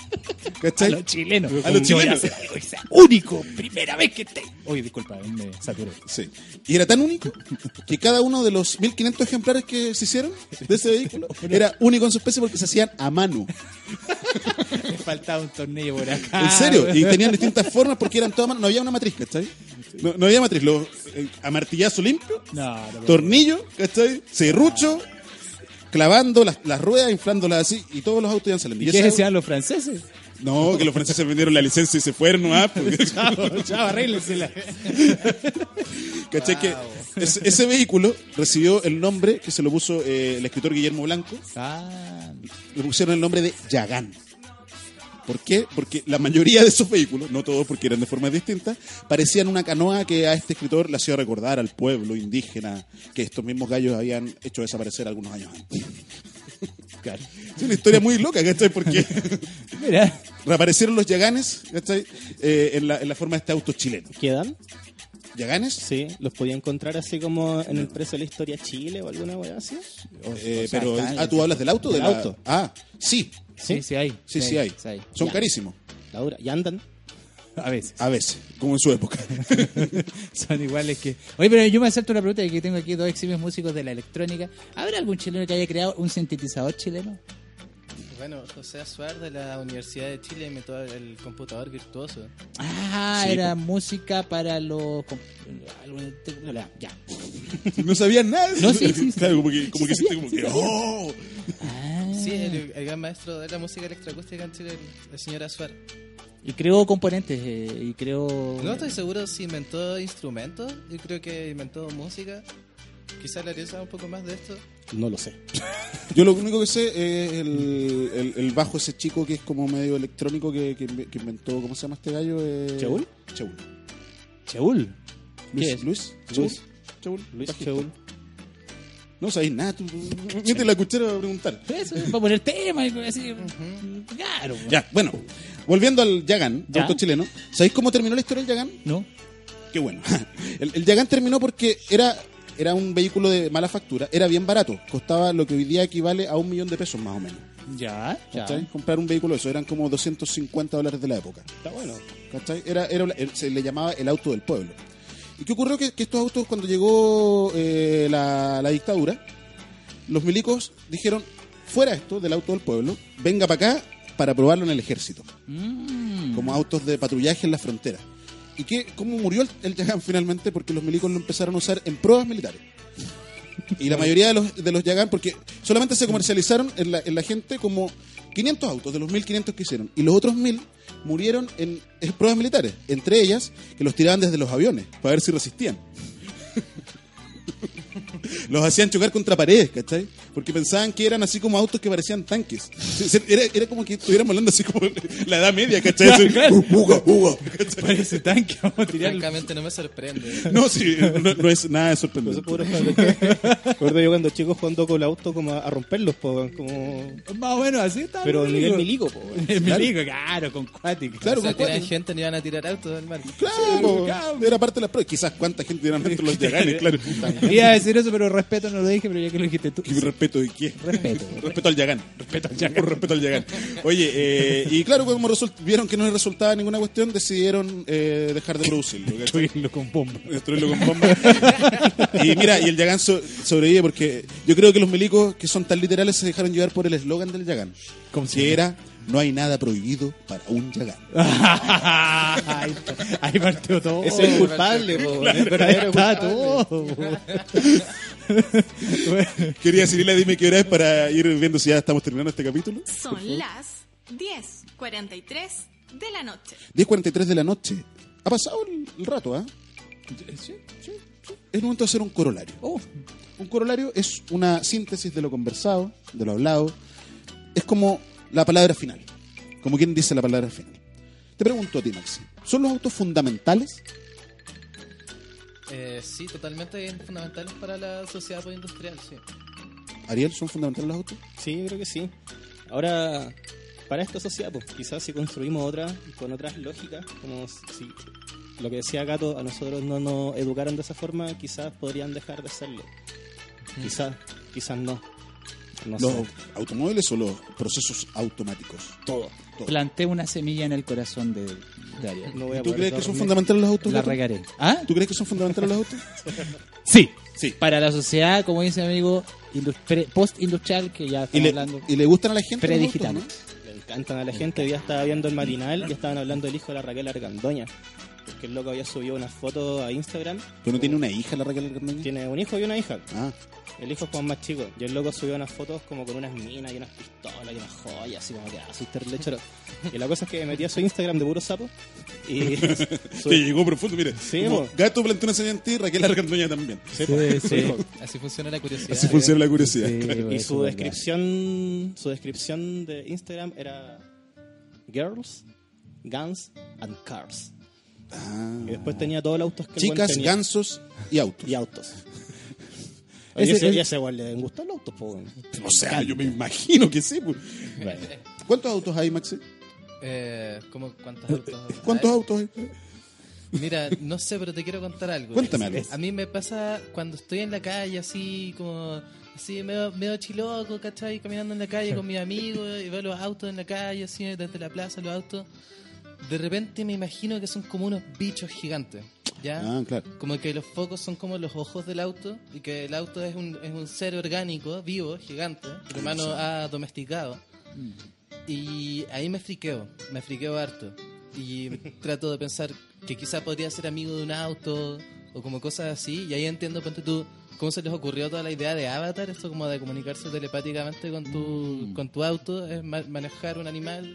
Speaker 3: A
Speaker 2: ¿cachai?
Speaker 3: los chilenos.
Speaker 2: A los chilenos.
Speaker 3: Voy hacer algo que sea Único, primera vez que te. Oye, disculpa, me saturé.
Speaker 2: Sí. Y era tan único que cada uno de los 1500 ejemplares que se hicieron de ese vehículo era único en su especie porque se hacían a mano.
Speaker 3: Me faltaba un tornillo por acá.
Speaker 2: En serio. Y tenían distintas formas porque eran todas a mano. No había una matriz, ¿cachai? No, no había matriz. Los, eh, a martillazo limpio,
Speaker 3: No, no.
Speaker 2: tornillo, ¿cachai? Serrucho, clavando las, las ruedas, inflándolas así y todos los autos iban saliendo. Y
Speaker 3: ¿Y qué
Speaker 2: esa-
Speaker 3: decían los franceses?
Speaker 2: No, que los franceses vendieron la licencia y se fueron, ¿no? Ah, porque-
Speaker 3: Chao, chao, arréglensela.
Speaker 2: ¿Cachai? Que ese, ese vehículo recibió el nombre que se lo puso eh, el escritor Guillermo Blanco.
Speaker 3: Ah,
Speaker 2: le pusieron el nombre de Yagán. ¿Por qué? Porque la mayoría de esos vehículos, no todos porque eran de formas distintas, parecían una canoa que a este escritor le hacía recordar al pueblo indígena que estos mismos gallos habían hecho desaparecer algunos años antes.
Speaker 3: claro.
Speaker 2: Es una historia muy loca, ¿cachai? Porque
Speaker 3: Mira,
Speaker 2: reaparecieron los yaganes, ¿cachai? Eh, en, la, en la forma de este auto chileno.
Speaker 4: ¿Quedan?
Speaker 2: ¿Yaganes?
Speaker 4: Sí, los podía encontrar así como en el precio de la historia Chile o alguna weá así.
Speaker 2: Eh,
Speaker 3: o sea,
Speaker 2: pero,
Speaker 3: está-
Speaker 2: ah, ¿tú hablas del auto? o
Speaker 4: Del
Speaker 2: de la-
Speaker 4: auto.
Speaker 2: Ah, sí.
Speaker 3: sí, sí hay.
Speaker 2: Sí, sí, hay. Son
Speaker 4: Ya.
Speaker 2: carísimos,
Speaker 4: La dura, ya andan.
Speaker 3: A veces.
Speaker 2: a veces, como en su época.
Speaker 3: Son iguales que. Oye, pero yo me acepto una pregunta que tengo aquí dos eximios músicos de la electrónica. ¿Habrá algún chileno que haya creado un sintetizador chileno?
Speaker 5: Bueno, José Azuar de la Universidad de Chile inventó el computador virtuoso.
Speaker 3: Ah,
Speaker 2: Sí,
Speaker 3: era música para los. com- algo de tecnología. Ya.
Speaker 2: No sabían nada.
Speaker 3: No, sí, sí, sí.
Speaker 2: Claro, como que, como
Speaker 3: Sí
Speaker 2: que
Speaker 3: sabía,
Speaker 2: siente como
Speaker 3: sí
Speaker 2: que,
Speaker 3: sabía.
Speaker 2: ¡oh!
Speaker 3: Ah.
Speaker 5: Sí, el, el gran maestro de la música electroacústica en Chile, el, el señor Azuar.
Speaker 3: Y creó componentes. eh, y creó.
Speaker 5: No estoy seguro si inventó instrumentos, yo creo que inventó música. Quizás la sabe un poco más de esto.
Speaker 4: No lo sé.
Speaker 2: Yo lo único que sé es el, el- el bajo ese chico que es como medio electrónico que, que inve- que inventó, ¿cómo se llama este gallo? Eh,
Speaker 4: ¿Cheul?
Speaker 2: Cheul.
Speaker 3: Cheul.
Speaker 2: Luis,
Speaker 4: ¿Qué es?
Speaker 2: Luis,
Speaker 4: Luis.
Speaker 2: Cheul.
Speaker 4: Luis
Speaker 2: bajista.
Speaker 4: Cheul.
Speaker 2: No sabéis nada, tú. Mete la cuchara a preguntar.
Speaker 3: Eso, va a poner tema y así. Claro. pues.
Speaker 2: Ya, bueno. Volviendo al Yagan,
Speaker 3: Ya.
Speaker 2: auto chileno. ¿Sabéis cómo terminó la historia del Yagan?
Speaker 3: ¿No?
Speaker 2: Qué bueno. El, el Yagán terminó porque era, era un vehículo de mala factura, era bien barato, costaba lo que hoy día equivale a un millón de pesos más o menos.
Speaker 3: Ya, ya.
Speaker 2: ¿Cachai? Comprar un vehículo de eso, eran como 250 dólares de la época. Está bueno. ¿Cachai? Era, era, se le llamaba el auto del pueblo. ¿Y qué ocurrió? Que, que estos autos, cuando llegó eh, la, la dictadura, los milicos dijeron, fuera esto del auto del pueblo, venga para acá para probarlo en el ejército. Como autos de patrullaje en la frontera. ¿Y qué, cómo murió el, el Yagán finalmente? Porque los milicos lo empezaron a usar en pruebas militares. Y la mayoría de los, de los Yagán, porque solamente se comercializaron en la, en la gente como 500 autos de los 1500 que hicieron. Y los otros 1000 murieron en, en pruebas militares. Entre ellas, que los tiraban desde los aviones para ver si resistían. Los hacían chocar contra paredes, ¿cachai? Porque pensaban que eran así como autos que parecían tanques. Sí, sí, Era, era como que estuviéramos hablando así como la edad media, ¿cachai? Así, "Uga, uga", ¿cachai?
Speaker 3: Parece tanque, vamos a tirar el-
Speaker 5: Francamente no me sorprende.
Speaker 2: No, sí, no, no es nada de sorprendente.
Speaker 4: Recuerdo yo cuando chicos jugando con el auto como a, a romperlos, po, weón, como...
Speaker 3: Más o menos así
Speaker 2: Ah,
Speaker 3: está.
Speaker 4: Pero
Speaker 3: el
Speaker 4: el nivel milico, po, weón.
Speaker 3: El milico, claro, con cuático.
Speaker 2: Claro,
Speaker 5: O sea,
Speaker 2: con cuatro.
Speaker 5: tirar gente no iban a tirar autos del mar.
Speaker 2: Claro, po, era parte de las pruebas. Quizás cuánta gente eran dentro de los yaganes, claro.
Speaker 3: Iba a decir eso, pero respeto no lo dije, pero ya que lo dijiste tú.
Speaker 2: ¿Y respeto de qué?
Speaker 3: Respeto.
Speaker 2: Respeto al Yagán.
Speaker 3: Respeto al
Speaker 2: Por respeto al Yagán. Oye, eh, y claro, como result- vieron que no les resultaba ninguna cuestión, decidieron eh, dejar de producirlo. ¿cachai?
Speaker 3: Destruirlo con bomba.
Speaker 2: destruirlo con bombas. y mira, y el Yagán so- sobrevive porque yo creo que los milicos que son tan literales se dejaron llevar por el eslogan del Yagán.
Speaker 3: ¿Cómo se
Speaker 2: que era, no hay nada prohibido para un Yagán.
Speaker 3: ahí, ahí partió todo.
Speaker 4: Ese es el culpable, po, weón, el
Speaker 3: Ahí
Speaker 4: verdadero
Speaker 3: está
Speaker 4: culpable.
Speaker 3: todo. Bueno,
Speaker 2: Quería Cirila, dime qué hora es para ir viendo si ya estamos terminando este capítulo.
Speaker 1: Son las 10.43 de la noche.
Speaker 2: 10.43 de la noche. Ha pasado el, el rato, ¿ah? Es momento de hacer un corolario.
Speaker 3: Oh,
Speaker 2: Un corolario es una síntesis de lo conversado, de lo hablado. Es como la palabra final. Como quien dice la palabra final. Te pregunto a ti, Maxi. ¿Son los autos fundamentales?
Speaker 5: Eh, sí, totalmente fundamentales para la sociedad postindustrial, sí.
Speaker 2: Ariel, ¿son fundamentales los autos?
Speaker 4: Sí, yo creo que sí. Ahora, para esta sociedad, pues quizás si construimos otra, con otras lógicas, como si lo que decía Gato, a nosotros no nos educaron de esa forma, quizás podrían dejar de serlo. Quizás, quizás no. No
Speaker 2: ¿Los
Speaker 4: sé.
Speaker 2: automóviles o los procesos automáticos? Todo.
Speaker 3: planté una semilla en el corazón de, de Ariel.
Speaker 4: No voy a
Speaker 2: ¿Tú
Speaker 4: poder
Speaker 2: crees que son
Speaker 4: dormir.
Speaker 2: fundamentales los autos?
Speaker 3: La
Speaker 2: Gato?
Speaker 3: regaré. ¿Ah?
Speaker 2: ¿Tú crees que son fundamentales los autos?
Speaker 3: Sí.
Speaker 2: Sí.
Speaker 3: Para la sociedad, como dice mi amigo, indus- pre- postindustrial, que ya
Speaker 2: ¿Y
Speaker 3: estamos
Speaker 2: le,
Speaker 3: hablando.
Speaker 2: y le gustan a la gente? los autos,
Speaker 3: Predigital.
Speaker 2: no?
Speaker 4: Le encantan a la gente. Hoy día estaba viendo el matinal y estaban hablando del hijo de la Raquel Argandoña. Porque el loco había subido una foto a Instagram.
Speaker 2: ¿Pero no tiene una hija la Raquel Argandoña?
Speaker 4: Tiene un hijo y una hija.
Speaker 2: Ah,
Speaker 4: El hijo es como más chico. Y el loco subió unas fotos como con unas minas y unas pistolas y unas joyas, así como que ah, soy terrible choro. Y la cosa es que me metí a su Instagram de puro sapo y
Speaker 2: que
Speaker 4: su-
Speaker 2: llegó profundo, mire.
Speaker 4: Sí,
Speaker 2: Como
Speaker 4: po.
Speaker 2: Gato planteó una señal en ti, Raquel Argandoña también.
Speaker 3: Sí, sí.
Speaker 5: Así funciona la curiosidad.
Speaker 2: Así funciona la curiosidad.
Speaker 3: Sí,
Speaker 4: y
Speaker 3: bueno,
Speaker 4: su
Speaker 3: bueno.
Speaker 4: descripción su descripción de Instagram era Girls, Guns and Cars.
Speaker 2: Ah.
Speaker 4: Y después tenía todos los autos que el weón
Speaker 2: Chicas,
Speaker 4: tenía.
Speaker 2: gansos y autos.
Speaker 4: y autos.
Speaker 3: Ese-
Speaker 4: Oye, ese,
Speaker 3: ese-
Speaker 4: y ese igual le deben gustar los autos, po. weón.
Speaker 2: O sea, yo me imagino que sí. pues. ¿Cuántos autos hay, Maxi?
Speaker 5: Eh, ¿cómo, ¿Cuántos autos?
Speaker 2: ¿Cuántos
Speaker 5: Ay,
Speaker 2: autos hay?
Speaker 5: Mira, no sé, pero te quiero contar algo.
Speaker 2: Cuéntame algo.
Speaker 5: A mí me pasa cuando estoy en la calle así, como... Así, medio, medio chiloco, ¿cachai? Caminando en la calle con mis amigos y veo los autos en la calle, así, desde la plaza, los autos. De repente me imagino que son como unos bichos gigantes, ¿ya?
Speaker 2: Ah, claro.
Speaker 5: Como que los focos son como los ojos del auto y que el auto es un, es un ser orgánico, vivo, gigante, que el humano ha domesticado. Y ahí me friqueo, me friqueo harto. Y trato de pensar que quizá podría ser amigo de un auto o como cosas así. Y ahí entiendo, ponte tú, cómo se les ocurrió toda la idea de Avatar, esto como de comunicarse telepáticamente con tu, con tu auto, es ma- manejar un animal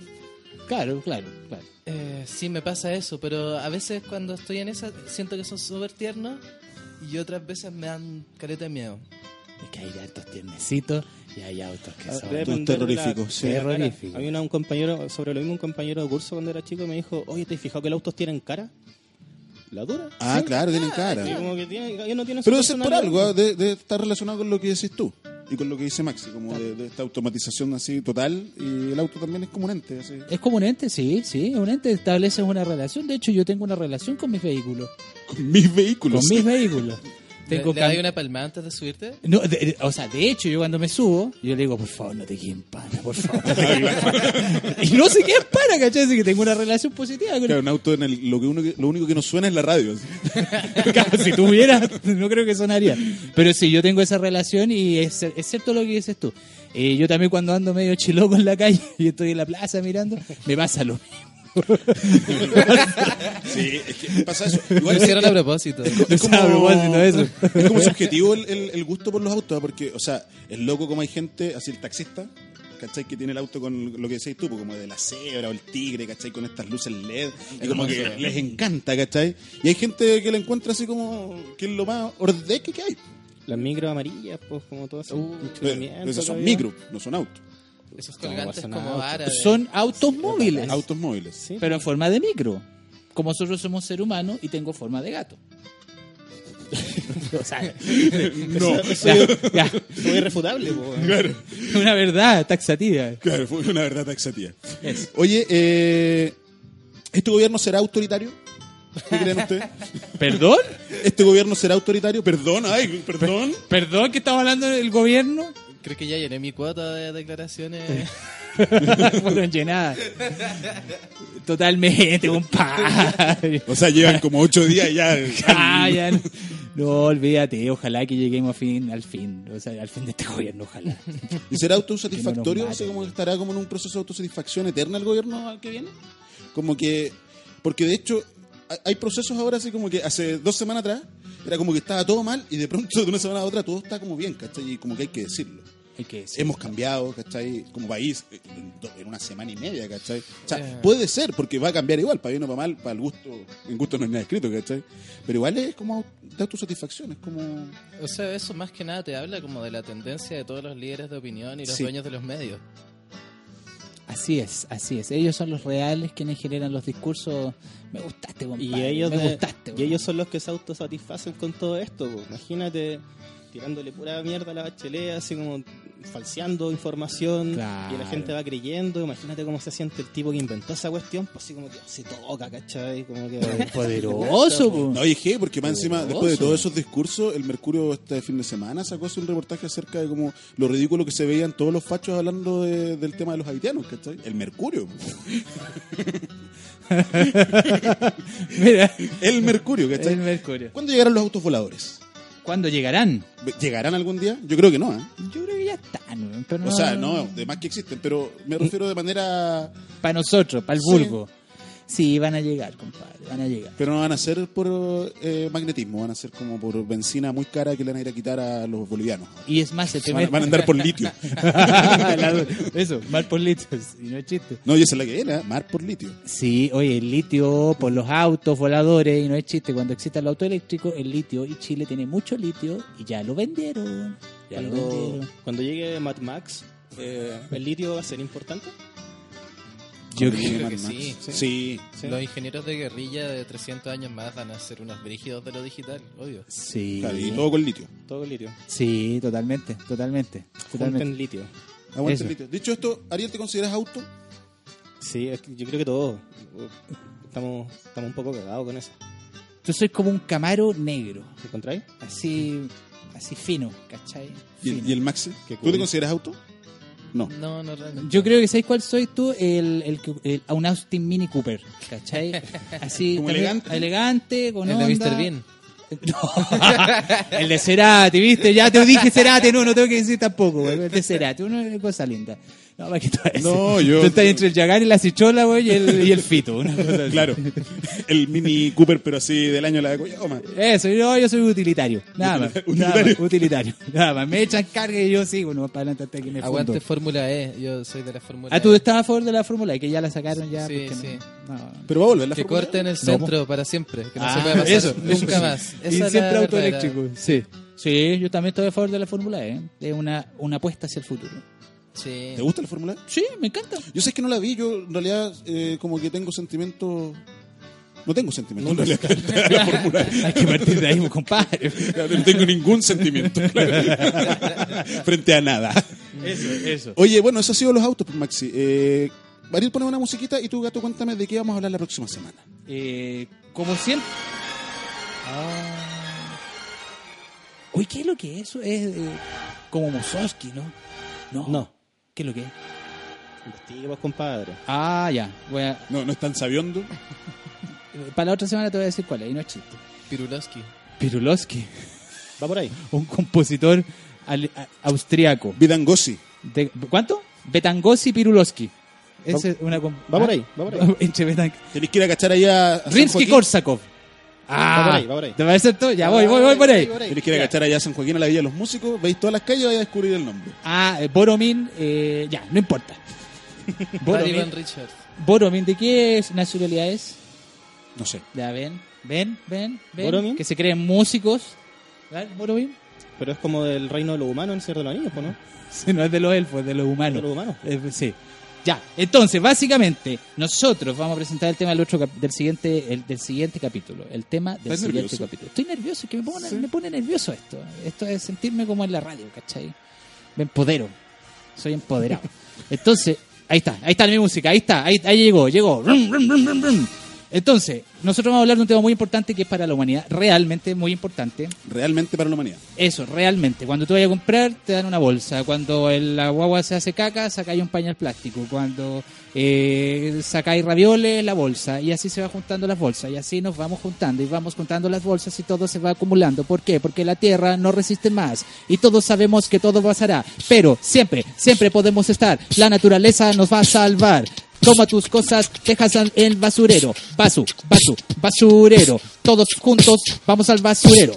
Speaker 3: Claro, claro, claro.
Speaker 5: eh, sí, me pasa eso, pero a veces cuando estoy en esa siento que son súper tiernos y otras veces me dan caleta de miedo.
Speaker 3: Es que hay autos tiernecitos y hay autos que
Speaker 4: Ah,
Speaker 3: son.
Speaker 4: debe
Speaker 2: autos
Speaker 4: depender de la-
Speaker 2: terroríficos, sí.
Speaker 4: de la cara.
Speaker 3: Terroríficos.
Speaker 4: Había una- un compañero, sobre lo mismo, un compañero de curso cuando era chico me dijo, oye, ¿te has fijado que los autos tienen cara? ¿La dura?
Speaker 2: Ah, claro, tienen
Speaker 4: Y
Speaker 2: cara.
Speaker 4: como que tiene- ellos no tienen su
Speaker 2: Pero eso es por ah,
Speaker 4: personalidad.
Speaker 2: algo, ¿eh? de, de estar relacionado con lo que decís tú. y con lo que dice Maxi, como de, de esta automatización así total, y el auto también es como un ente, así.
Speaker 3: Es como un ente, sí, sí, es un ente, estableces una relación. De hecho, yo tengo una relación con mis vehículos.
Speaker 2: Con mis
Speaker 3: Con
Speaker 2: vehículos.
Speaker 3: mis vehículos.
Speaker 5: ¿Le,
Speaker 3: Tengo
Speaker 5: le
Speaker 3: cam-
Speaker 5: dais una palmada antes de subirte?
Speaker 3: No, de- de- o sea, de hecho, yo cuando me subo, yo le digo, por favor, no te quedes en pana, por favor. no te quedes en pana. y no se quede en pana, ¿cachai? Así que tengo una relación positiva con
Speaker 2: Claro, un auto en el, lo, que uno, que- lo único que nos suena es la radio. así.
Speaker 3: Claro, si tuviera, no creo que sonaría. Pero sí, yo tengo esa relación y es, excepto lo que dices tú. Eh, yo también cuando ando medio chiloco en la calle y estoy en la plaza mirando, me pasa lo
Speaker 2: Sí, es que pasa eso. Igual
Speaker 5: Lo
Speaker 2: es,
Speaker 5: hicieron a propósito.
Speaker 2: es
Speaker 3: O sea, a propósito de eso.
Speaker 2: es como subjetivo el, el- el gusto por los autos, ¿ah? porque, o sea, es loco como hay gente, así el taxista, ¿cachai? Que tiene el auto con lo que decís tú, pues, como de la cebra o el tigre, ¿cachai? Con estas luces LED, y como que les encanta, ¿cachai? Y hay gente que la encuentra así como que es lo más ordeque que hay.
Speaker 4: Las micro amarillas, pues como todas esas
Speaker 2: Uh, Pero esas son micro, no son autos.
Speaker 5: Esos
Speaker 4: Como
Speaker 5: colgantes
Speaker 4: guasonautas.
Speaker 5: como pues. árabes.
Speaker 3: Son autos móviles,
Speaker 2: Autos móviles.
Speaker 4: Sí.
Speaker 3: pero en forma de micro. Como nosotros somos ser humanos y tengo forma de gato. O sea,
Speaker 2: No,
Speaker 3: ya, ya,
Speaker 4: Soy irrefutable, pues.
Speaker 2: claro.
Speaker 3: una verdad taxativa.
Speaker 2: Claro, fue una verdad taxativa. Oye, eh, ¿este gobierno será autoritario? ¿Qué creen ustedes?
Speaker 3: ¿Perdón?
Speaker 2: ¿Este gobierno será autoritario? Perdón, ay, perdón.
Speaker 3: ¿Perdón que estamos hablando del gobierno?
Speaker 5: Creo que ya llené mi cuota de declaraciones.
Speaker 3: Fueron llenadas. Totalmente, compadre.
Speaker 2: O sea, llevan como ocho días y ya.
Speaker 3: Ah, ya no, no, olvídate, ojalá que lleguemos a fin, al fin, o sea, al fin de este gobierno, ojalá.
Speaker 2: ¿Y será autosatisfactorio?
Speaker 3: Que no nos
Speaker 2: O sea,
Speaker 3: maten.
Speaker 2: como que estará como en un proceso de autosatisfacción eterna el gobierno al que viene. Como que. Porque de hecho, hay- hay procesos ahora así como que hace dos semanas atrás era como que estaba todo mal y de pronto de una semana a otra todo está como bien, ¿cachai? Y como que hay que decirlo.
Speaker 3: Hay que decir.
Speaker 2: Hemos cambiado, ¿cachai? Como país, eh, en, do- en una semana y media, ¿cachai? O sea,
Speaker 5: Eh.
Speaker 2: puede ser, porque va a cambiar igual, para bien o para mal, para el gusto, en gusto no hay nada escrito, ¿cachai? Pero igual es como au- de autosatisfacción, es como...
Speaker 5: O sea, eso más que nada te habla como de la tendencia de todos los líderes de opinión y los
Speaker 2: Sí.
Speaker 5: dueños de los medios.
Speaker 3: Así es, así es. Ellos son los reales quienes generan los discursos. Me gustaste, compadre.
Speaker 4: Y ellos,
Speaker 3: me
Speaker 4: de-
Speaker 3: gustaste.
Speaker 4: y ellos son los que se autosatisfacen con todo esto. po. Imagínate tirándole pura mierda a la bachelet, así como falseando información
Speaker 3: Claro.
Speaker 4: y la gente va creyendo. Imagínate cómo se siente el tipo que inventó esa cuestión, pues así como que se toca, ¿cachai? Como que
Speaker 3: poderoso, po.
Speaker 2: No, oye, je, porque más encima,
Speaker 3: Poderoso.
Speaker 2: después de todos esos discursos, el Mercurio este fin de semana sacó así un reportaje acerca de como lo ridículo que se veían todos los fachos hablando de- del tema de los haitianos, ¿cachai? El Mercurio.
Speaker 3: Mira,
Speaker 2: El Mercurio,
Speaker 3: el
Speaker 2: ¿cachai?
Speaker 3: Mercurio.
Speaker 2: ¿Cuándo llegarán los autos voladores?
Speaker 3: ¿Cuándo llegarán?
Speaker 2: ¿Llegarán algún día? Yo creo que no, ¿eh?
Speaker 3: Yo creo que ya están. weón, pero
Speaker 2: O sea, no, de más que existen, pero me refiero de manera...
Speaker 3: Para nosotros, para el
Speaker 2: Sí.
Speaker 3: vulgo. Sí, van a llegar, compadre, van a llegar.
Speaker 2: Pero no van a ser por eh, magnetismo, van a ser como por benzina muy cara que le van a ir a quitar a los bolivianos.
Speaker 3: Y es más, el
Speaker 2: Van,
Speaker 3: primer...
Speaker 2: van a andar por litio.
Speaker 3: La- Eso, mal por litio, y no es chiste.
Speaker 2: No, y esa es la que era, mar por litio.
Speaker 3: Sí, oye, el litio por los autos voladores, y no es chiste. Cuando exista el auto eléctrico, el litio, y Chile tiene mucho litio, y ya lo vendieron. Ya lo
Speaker 4: cuando,
Speaker 3: vendieron.
Speaker 4: cuando llegue Mad Max, eh, ¿el litio va a ser importante?
Speaker 3: Yo
Speaker 2: Con
Speaker 5: creo que
Speaker 2: Mad Max.
Speaker 5: sí.
Speaker 2: Sí.
Speaker 4: Sí.
Speaker 5: Los ingenieros de guerrilla de 300 años más van a ser unos brígidos de lo digital, obvio.
Speaker 3: Sí,
Speaker 2: Claro, y todo con litio.
Speaker 4: Todo el litio.
Speaker 3: sí, totalmente, totalmente. totalmente.
Speaker 4: Junten litio.
Speaker 2: Aguante
Speaker 3: Eso.
Speaker 2: el litio. Dicho esto, Ariel, ¿te consideras auto?
Speaker 4: Sí, es que yo creo que todos estamos, estamos un poco cagados con eso.
Speaker 3: Yo soy como un camaro negro,
Speaker 4: ¿Te encontráis?
Speaker 3: así así fino, ¿cachai?
Speaker 2: ¿Y el,
Speaker 3: Fino.
Speaker 2: y el Maxi?
Speaker 4: Qué
Speaker 2: ¿Tú te
Speaker 4: cool.
Speaker 2: consideras auto? No.
Speaker 5: No, no realmente.
Speaker 3: Yo creo que ¿sabes cuál soy tú? El, el, que- el- a un Austin Mini Cooper, ¿cachai? Así,
Speaker 2: Como
Speaker 3: también
Speaker 2: elegante.
Speaker 3: elegante, con
Speaker 5: El de
Speaker 3: onda.
Speaker 5: Mr. Bean.
Speaker 3: No, el de Cerati, ¿viste? Ya te dije Cerati, no, no tengo que decir tampoco, güey. El de Cerati, una cosa linda. No, para que tú
Speaker 2: No, yo-
Speaker 3: Tú estás entre el Yagar y la Cichola, güey, y el, y el Fito, una cosa así.
Speaker 2: Claro. El Mini Cooper, pero así del año de la de Coyoma.
Speaker 3: Eso, yo, yo soy utilitario, nada más, nada
Speaker 2: Utilitario.
Speaker 3: más, utilitario, nada más. Me echan carga y yo sigo, no, para adelante hasta que me fundo.
Speaker 5: Aguante Fórmula E, yo soy de la Fórmula
Speaker 3: Ah,
Speaker 5: E.
Speaker 3: tú estabas a favor de la Fórmula E, que ya la sacaron ya.
Speaker 5: Sí,
Speaker 3: porque no- no.
Speaker 2: Pero va a volver la
Speaker 5: Que
Speaker 2: Fórmula E.
Speaker 5: corten el
Speaker 3: No, po.
Speaker 5: centro para siempre, que no
Speaker 3: Ah,
Speaker 5: se puede pasar
Speaker 3: eso,
Speaker 5: nunca
Speaker 3: eso.
Speaker 5: más. Esa
Speaker 3: y
Speaker 5: es la
Speaker 3: siempre auto
Speaker 5: verdadera.
Speaker 3: eléctrico, sí. Sí, yo también estoy a favor de la Fórmula E. ¿eh? Es una, una apuesta hacia el futuro.
Speaker 5: Sí.
Speaker 2: ¿Te gusta la Fórmula E?
Speaker 3: Sí, me encanta.
Speaker 2: Yo sé que no la vi, yo en realidad eh, como que tengo sentimientos No tengo sentimiento. en realidad. La fórmula.
Speaker 3: Hay que partir de ahí, pues, compadre.
Speaker 2: No tengo ningún sentimiento. claro. Frente a nada.
Speaker 6: Eso, eso.
Speaker 2: Oye, bueno, eso ha sido los autos, pues, Maxi. Eh, Ariel, ponemos una musiquita y tú, gato, cuéntame de qué vamos a hablar la próxima semana.
Speaker 6: Eh, como siempre.
Speaker 3: Ah. Uy, ¿qué es lo que es eso? Es eh, como Mussorgsky, ¿no? No.
Speaker 4: No.
Speaker 3: ¿Qué es lo que es?
Speaker 4: Investigue, pues, compadre.
Speaker 3: Ah, ya. Voy a...
Speaker 2: No, no están sabiendo.
Speaker 3: Para la otra semana te voy a decir cuál es, y no es chiste.
Speaker 5: Pirulowski.
Speaker 3: Pirulowski,
Speaker 4: Va por ahí.
Speaker 3: un compositor ale- a- austriaco.
Speaker 2: Vidangosi.
Speaker 3: De- ¿Cuánto? Betangossi Pirulowski. Ese es una... com-
Speaker 4: Va por
Speaker 3: Ah.
Speaker 4: ahí, va por ahí.
Speaker 3: Entre Betan-
Speaker 2: Tenéis que ir a cachar allá a San Joaquín.
Speaker 3: Rimsky-Korsakov. Ah,
Speaker 4: por ahí, va por ahí.
Speaker 3: ¿Te parece todo? Ya voy, voy, voy por ahí.
Speaker 2: Tenéis que ir a cachar allá a San Joaquín, a la Villa de los Músicos. Veis todas las calles y vais a descubrir el nombre.
Speaker 3: Ah, eh, Boromir, eh, ya, no importa.
Speaker 5: Barry Van
Speaker 3: Boromir,
Speaker 5: Richard.
Speaker 3: Boromir, ¿de qué es- nacionalidad es?
Speaker 2: No sé.
Speaker 3: Ya, ven, ven, ven, ven.
Speaker 4: Boromir.
Speaker 3: Que se creen músicos. A ver, Boromir?
Speaker 4: Pero es como del reino de los humanos en Señor de los Anillos, pues, ¿no?
Speaker 3: Sí, no es de los elfos, es de los humanos.
Speaker 4: De los humanos.
Speaker 3: Eh, sí. Ya, entonces, básicamente, nosotros vamos a presentar el tema del, otro cap- del, siguiente, el, del siguiente capítulo. El tema del
Speaker 2: ¿Estás
Speaker 3: siguiente
Speaker 2: nervioso?
Speaker 3: capítulo. Estoy nervioso, es que me pone, me pone nervioso esto. Esto es sentirme como en la radio, ¿cachai? Me empodero. Soy empoderado. Entonces, ahí está, ahí está mi música, ahí está, ahí, ahí llegó, llegó. Rum, rum, rum, rum, rum. Entonces, nosotros vamos a hablar de un tema muy importante que es para la humanidad, realmente muy importante.
Speaker 2: Realmente para la humanidad.
Speaker 3: Eso, realmente. Cuando tú vayas a comprar, te dan una bolsa. Cuando el- la guagua se hace caca, sacáis un pañal plástico. Cuando eh, sacáis ravioles, la bolsa. Y así se va juntando las bolsas. Y así nos vamos juntando y vamos juntando las bolsas y todo se va acumulando. ¿Por qué? Porque la tierra no resiste más. Y todos sabemos que todo pasará. Pero siempre, siempre podemos estar. La naturaleza nos va a salvar. Toma tus cosas, dejas al- el basurero. Basu, basu, basurero. Todos juntos vamos al basurero.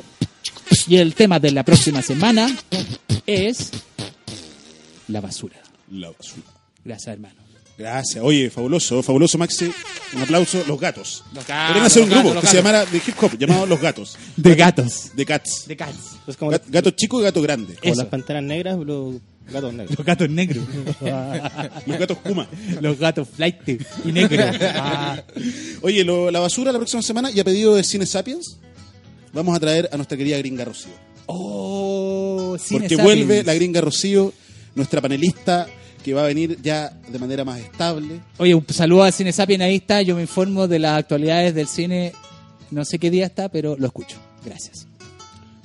Speaker 3: Y el tema de la próxima semana es la basura.
Speaker 2: La basura.
Speaker 3: Gracias, hermano.
Speaker 2: Gracias. Oye, fabuloso, fabuloso, Maxi. Un aplauso. Los gatos.
Speaker 3: Los gatos,
Speaker 2: Podrían hacer un
Speaker 3: Ah, los
Speaker 2: grupo
Speaker 3: gatos,
Speaker 2: que se
Speaker 3: los gatos.
Speaker 2: llamara de hip hop, llamado Los Gatos.
Speaker 3: De gatos.
Speaker 2: De Cats.
Speaker 3: De gatos.
Speaker 4: Es como,
Speaker 2: Gat- Gato chico y gato grande.
Speaker 4: como
Speaker 3: Eso.
Speaker 4: las panteras negras, los gatos negros.
Speaker 3: Los gatos negros.
Speaker 2: Los gatos Kuma.
Speaker 3: Los gatos flight y negros. Ah,
Speaker 2: Oye, lo- la basura la próxima semana y a pedido de Cine Sapiens vamos a traer a nuestra querida Gringa Rocío.
Speaker 3: Oh, Cine
Speaker 2: Porque
Speaker 3: Sapiens.
Speaker 2: vuelve la Gringa Rocío, nuestra panelista que va a venir ya de manera más estable.
Speaker 3: Oye, un saludo a Cine Sapien, ahí está. Yo me informo de las actualidades del cine. No sé qué día está, pero lo escucho. Gracias.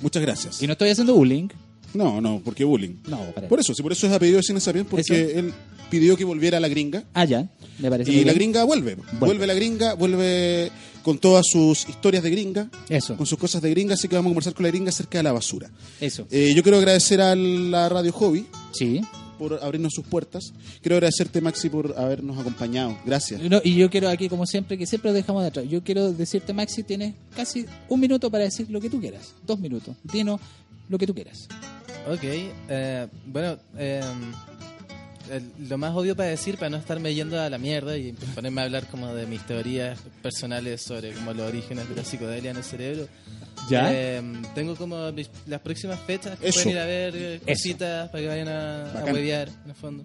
Speaker 2: Muchas gracias.
Speaker 3: Y no estoy haciendo bullying.
Speaker 2: No, no, porque bullying.
Speaker 3: No, para.
Speaker 2: Por eso, sí, por eso es a pedido de Cine Sapiens, porque
Speaker 3: Eso.
Speaker 2: él pidió que volviera la Gringa.
Speaker 3: Ah, ya. Me parece.
Speaker 2: Y
Speaker 3: muy
Speaker 2: la
Speaker 3: bien.
Speaker 2: gringa vuelve. vuelve. la gringa, vuelve con todas sus historias de gringa,
Speaker 3: Eso,
Speaker 2: con sus cosas de gringa, así que vamos a conversar con la gringa acerca de la basura.
Speaker 3: eso.
Speaker 2: Eh, yo quiero agradecer a la Radio Hobby
Speaker 3: Sí.
Speaker 2: por abrirnos sus puertas. Quiero agradecerte, Maxi, por habernos acompañado. Gracias.
Speaker 3: No, y yo quiero aquí, como siempre, que siempre lo dejamos de atrás. Yo quiero decirte, Maxi, tienes casi un minuto para decir lo que tú quieras. Dos minutos. Dinos lo que tú quieras.
Speaker 5: Ok, eh, bueno, eh, el- lo más obvio para decir, para no estarme yendo a la mierda y ponerme a hablar como de mis teorías personales sobre como los orígenes de la psicodelia en el cerebro. Eh, tengo como mis- las próximas fechas que
Speaker 2: Eso.
Speaker 5: pueden ir a ver eh, cositas para que vayan a, a
Speaker 2: Bacán.
Speaker 5: huevear, en el fondo.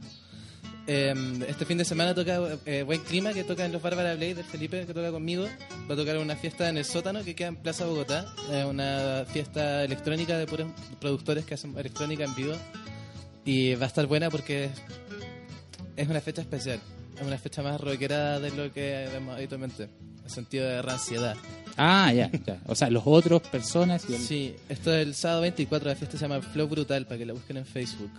Speaker 5: Eh, este fin de semana toca eh, Buen Clima, que toca en los Bárbara Blade, del Felipe, que toca conmigo. Va a tocar en una fiesta en el sótano que queda en Plaza Bogotá. Es una fiesta electrónica de puros productores que hacen electrónica en vivo. Y va a estar buena porque es- es una fecha especial. Es una fecha más rockera de lo que vemos habitualmente. En el sentido de ranciedad.
Speaker 3: Ah, ya, ya. O sea, los otros personas. y el-
Speaker 5: Sí, esto es el sábado 24, la fiesta se llama Flow Brutal, para que la busquen en Facebook.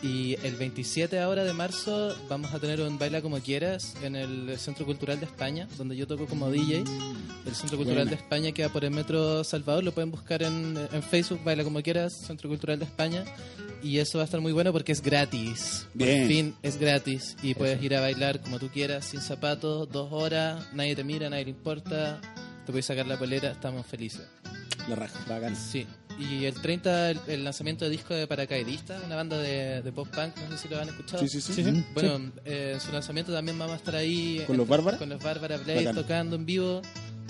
Speaker 5: Y el 27 ahora de marzo vamos a tener un Baila Como Quieras en el Centro Cultural de España, donde yo toco como DJ. El Centro Cultural
Speaker 3: Buena.
Speaker 5: de España queda por el Metro Salvador, lo pueden buscar en, en Facebook, Baila Como Quieras, Centro Cultural de España. Y eso va a estar muy bueno porque es gratis.
Speaker 2: Bien.
Speaker 5: Por fin es gratis y puedes ir a bailar como tú quieras, sin zapatos, dos horas, nadie te mira, nadie le importa. Te puedes sacar la polera, estamos felices.
Speaker 2: La raja.
Speaker 5: Sí, y el 30 el, el lanzamiento de disco de Paracaidista, una banda de, de pop punk, no sé si lo han escuchado.
Speaker 2: Sí, sí, sí.
Speaker 5: Bueno, eh, en su lanzamiento también vamos a estar ahí
Speaker 2: ¿Con
Speaker 5: eh,
Speaker 2: los Bárbara?
Speaker 5: Con los Bárbara Play
Speaker 2: Bacán.
Speaker 5: tocando en vivo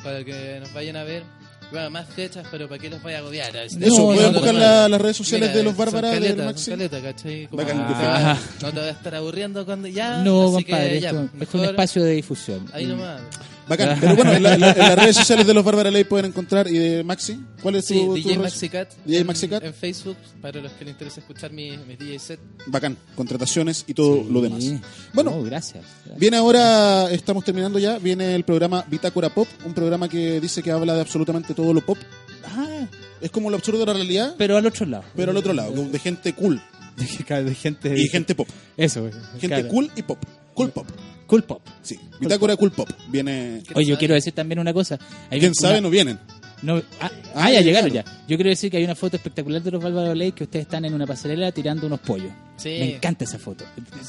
Speaker 5: para que nos vayan a ver. Y Bueno, más fechas, pero para qué los vaya a agobiar. A ver si-
Speaker 3: No,
Speaker 2: Eso,
Speaker 3: no,
Speaker 2: pueden
Speaker 3: no,
Speaker 2: buscar
Speaker 3: no.
Speaker 2: la- las redes sociales
Speaker 5: Mira,
Speaker 2: de los
Speaker 5: son
Speaker 2: Bárbara del
Speaker 5: caletas, son
Speaker 2: Maxi.
Speaker 5: caletas, ¿cachai? Como ah,
Speaker 2: Bacán,
Speaker 5: no
Speaker 2: que
Speaker 5: te va-
Speaker 3: fue-
Speaker 5: no te vas a estar aburriendo cuando ya.
Speaker 3: No,
Speaker 5: así que
Speaker 3: compadre,
Speaker 5: ya,
Speaker 3: esto- esto es un
Speaker 5: mejor
Speaker 2: Mm.
Speaker 3: espacio de difusión. Mm.
Speaker 5: Ahí
Speaker 3: Y
Speaker 5: nomás.
Speaker 2: Bacán. Pero bueno, en, la- en la- en las redes sociales de los Bárbara Ley pueden encontrar. ¿Y de Maxi? ¿Cuál es
Speaker 5: Sí,
Speaker 2: tu, tu
Speaker 5: DJ
Speaker 2: red?
Speaker 5: Maxicat.
Speaker 2: DJ
Speaker 5: en-
Speaker 2: Maxicat.
Speaker 5: En Facebook, para los que les interesa escuchar mi, mi DJ set.
Speaker 2: Bacán. Contrataciones y todo lo demás.
Speaker 3: Sí.
Speaker 2: Bueno,
Speaker 3: No, gracias.
Speaker 2: Viene ahora, estamos terminando ya, viene el programa Bitácora Pop, un programa que dice que habla de absolutamente todo lo pop. Ah, Es como lo absurdo de la realidad,
Speaker 3: Pero al otro lado.
Speaker 2: pero al otro lado, de de gente cool
Speaker 6: De, gente.
Speaker 2: y gente pop.
Speaker 6: Eso, eso,
Speaker 2: Gente
Speaker 6: claro.
Speaker 2: cool y pop. Cool pop,
Speaker 3: Cool pop.
Speaker 2: sí. Bitácora Cool Pop. Viene...
Speaker 5: ¿Quién
Speaker 3: Oye, yo
Speaker 5: sabe?
Speaker 3: quiero decir también una cosa. Hay
Speaker 2: ¿Quién
Speaker 3: una-
Speaker 2: sabe? No vienen.
Speaker 3: No, ah,
Speaker 2: Ah,
Speaker 3: ah,
Speaker 2: ya
Speaker 3: ya llegaron ya.
Speaker 2: llegaron.
Speaker 3: Yo quiero decir que hay una foto espectacular de los Bárbaro Ley que ustedes están en una pasarela tirando unos pollos.
Speaker 5: Sí.
Speaker 3: Me encanta esa foto.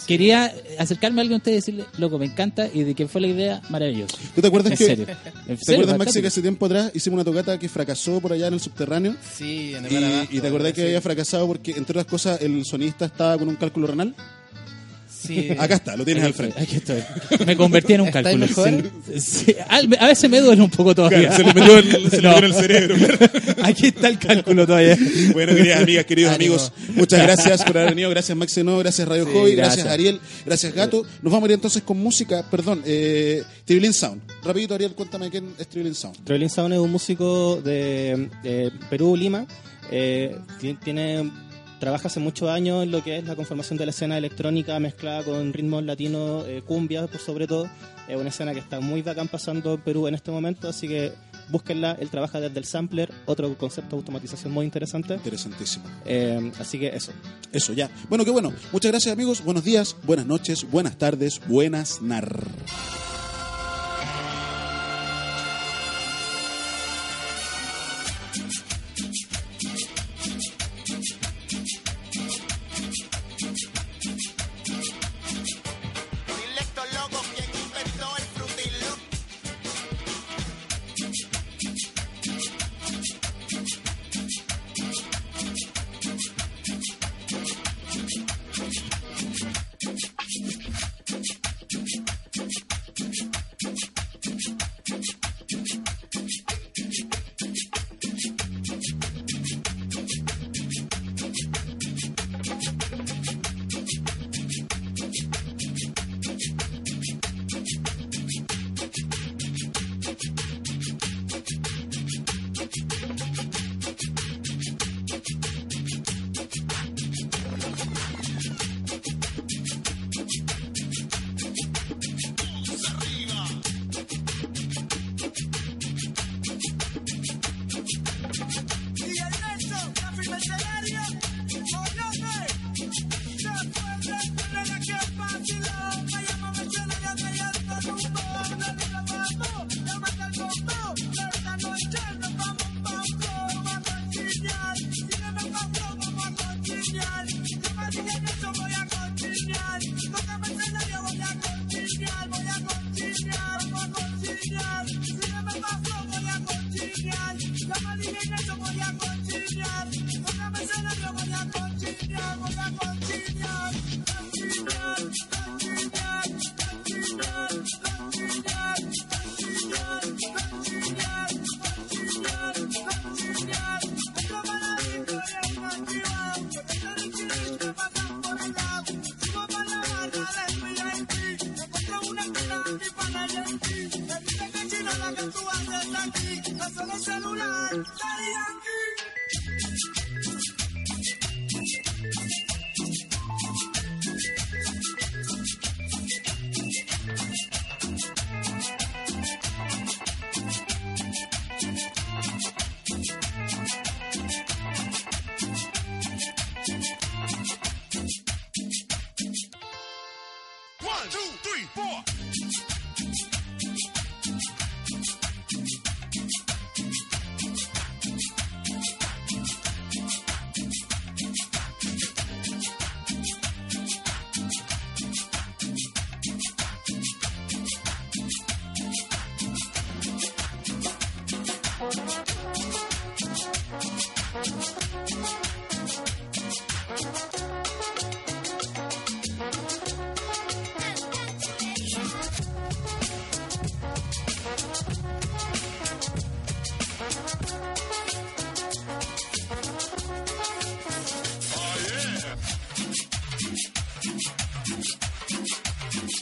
Speaker 3: Quería acercarme a alguien de ustedes y decirle, loco, me encanta y de quién fue la idea, maravilloso.
Speaker 2: ¿Tú te acuerdas
Speaker 3: En
Speaker 2: que...
Speaker 3: serio.
Speaker 2: ¿Te acuerdas, Maxi, que hace tiempo atrás hicimos una tocata que fracasó por allá en el subterráneo?
Speaker 5: Sí, en el
Speaker 2: Y,
Speaker 5: Mar Abajo,
Speaker 2: y te acordás que
Speaker 5: sí.
Speaker 2: había fracasado porque, entre otras cosas, el sonista estaba con un cálculo renal.
Speaker 5: Sí.
Speaker 2: Acá está, lo tienes al frente.
Speaker 3: Aquí estoy. Me convertí en un
Speaker 5: ¿Estáis
Speaker 3: cálculo.
Speaker 5: mejor?
Speaker 3: Sí, sí. Al- a veces me duele un poco todavía.
Speaker 2: Claro, se le metió el- se le
Speaker 3: No.
Speaker 2: metió en el cerebro.
Speaker 3: Aquí está el cálculo todavía.
Speaker 2: Bueno, queridas amigas, queridos
Speaker 5: Ánimo.
Speaker 2: amigos, muchas gracias por haber venido. Gracias, Maxeno. Gracias, Radio
Speaker 3: Sí,
Speaker 2: Hobby. Gracias,
Speaker 3: gracias.
Speaker 2: Ariel. Gracias, Gato. Nos vamos a ir entonces con música. Perdón, eh, Tribilín Sound. Rapidito, Ariel, cuéntame quién es Tribilín Sound.
Speaker 4: Travelin Sound es un músico de, de Perú, Lima. Eh, ti- tiene, trabaja hace muchos años en lo que es la conformación de la escena electrónica mezclada con ritmos latinos, eh, cumbia, por sobre todo. Es una escena que está muy bacán pasando en Perú en este momento, así que búsquenla. Él trabaja desde el sampler, otro concepto de automatización muy interesante.
Speaker 2: Interesantísimo.
Speaker 4: Eh, así que eso.
Speaker 2: Eso ya. Bueno, qué bueno. Muchas gracias, amigos. Buenos días, buenas noches, buenas tardes, buenas nar.
Speaker 7: Directo loco, quien inventó el frutilup.
Speaker 8: Y Ernesto, la pimentería, Monote, se fue de carrera que vaciló, me llamó Marcelo y anda y anda rumbo, dale la mano, llámate al fondo, esta noche nos vamos pa' un a conciliar, si no me compro vamos a conciliar, no me digan eso voy a conciliar, no te menciones yo voy a conciliar, voy a conciliar, voy a conciliar, si no me compro voy a conciliar, no me digan eso voy a conciliar, no te menciones yo voy a conciliar, voy a conciliar, conciliar, conciliar, conciliar, conciliar, conciliar, conciliar. Celular, dale aquí.
Speaker 7: One, two, three, four.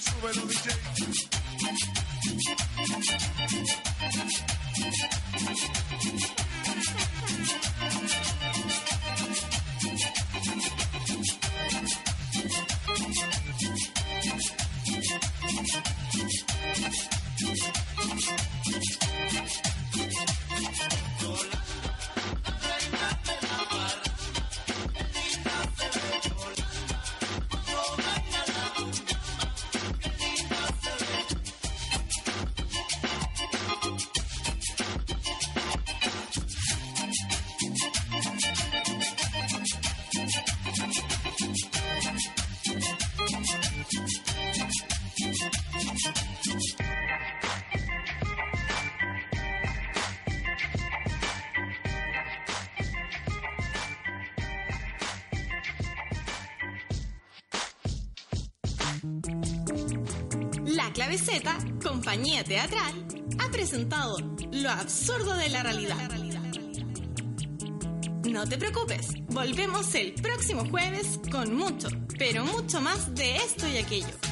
Speaker 7: Súbelo, DJ.
Speaker 1: La clave Z, compañía teatral, ha presentado Lo absurdo de la realidad. No te preocupes, volvemos el próximo jueves con mucho, pero mucho más de esto y aquello.